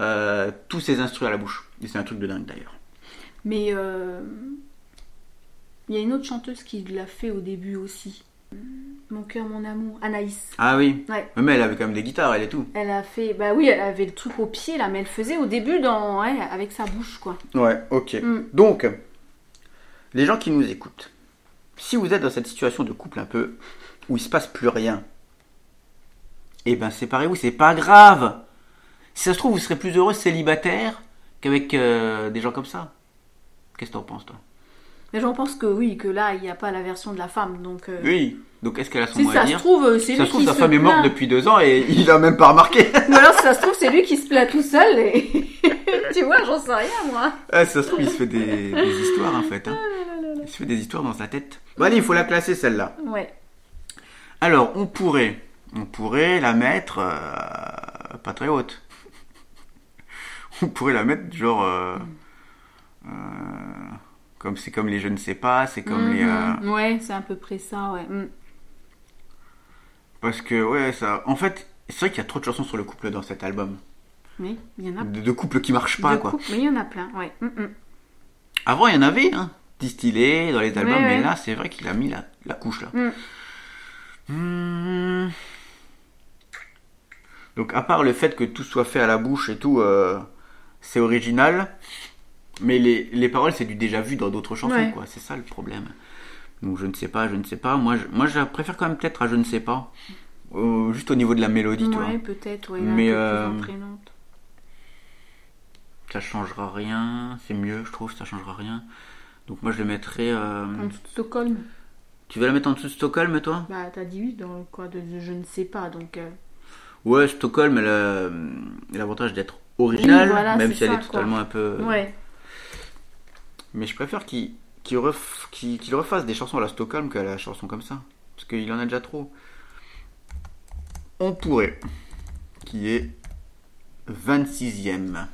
euh, tous ses instruments à la bouche. Et c'est un truc de dingue d'ailleurs.
Mais euh, il y a une autre chanteuse qui l'a fait au début aussi. Mon cœur, mon amour, Anaïs.
Ah oui
Ouais.
Mais elle avait quand même des guitares, elle et tout.
Elle a fait, bah oui, elle avait le truc au pied là, mais elle faisait au début dans, ouais, avec sa bouche quoi.
Ouais, ok.
Mm.
Donc, les gens qui nous écoutent, si vous êtes dans cette situation de couple un peu où il se passe plus rien, eh ben séparez-vous, c'est pas grave. Si ça se trouve, vous serez plus heureux célibataire qu'avec euh, des gens comme ça. Qu'est-ce que t'en penses, toi
Mais j'en pense que oui, que là il n'y a pas la version de la femme, donc. euh,
Oui. Donc, est-ce qu'elle a son
Si
mot à
ça se
dire
trouve, euh, c'est
Ça
lui
se trouve,
qui
sa
se
femme est morte
plaint.
depuis deux ans et il a même pas remarqué.
Ou alors, si ça se trouve, c'est lui qui se plaint tout seul. Et... tu vois, j'en sais rien, moi.
Ah, ça se trouve, il se fait des, des histoires en fait. hein.
Ah
Il se fait des histoires dans sa tête. Bon, allez, il faut la classer celle-là.
Ouais.
Alors, on pourrait, on pourrait la mettre euh, pas très haute. On pourrait la mettre genre euh, euh, comme c'est comme les je ne sais pas, c'est comme les euh,
Mhm. Ouais, c'est à peu près ça, ouais. Mm.
parce que ouais ça. En fait, c'est vrai qu'il y a trop de chansons sur le couple dans cet album,
Mais il y en a
de, de couples qui marchent pas
Ah. de
quoi.
couples, mais il y en a plein, ouais. Mm, mm.
Avant, il y en avait, hein, distillé dans les albums,
Ouais,
mais
ouais.
là, c'est vrai qu'il a mis la, la couche là.
Mm.
Hmm. Donc, à part le fait que tout soit fait à la bouche et tout, euh, c'est original, mais les, les paroles, c'est du déjà vu dans d'autres chansons,
Ouais.
quoi. C'est ça le problème. Donc, je ne sais pas, je ne sais pas. Moi, je, moi, je préfère quand même peut-être à je ne sais pas, Euh, juste au niveau de la mélodie, tu vois.
Ouais, peut-être, ouais.
Mais,
Mais.
euh,
entraînante.
Ça changera rien, c'est mieux, je trouve, ça changera rien. Donc, moi, je le mettrais. euh,
En dessous de Stockholm.
Tu vas la mettre en dessous de Stockholm, toi
Bah, t'as dit oui, dans le quoi de, de je ne sais pas, donc. euh,
Ouais, Stockholm, elle a euh, l'avantage d'être originale,
Oui, voilà,
même
c'est
si elle
ça,
est totalement un peu. euh,
Ouais.
Mais je préfère qu'il qu'il ref- qu'il- qu'il refasse des chansons à la Stockholm qu'à la chanson comme ça. Parce qu'il en a déjà trop. On pourrait. Qui est 26ème.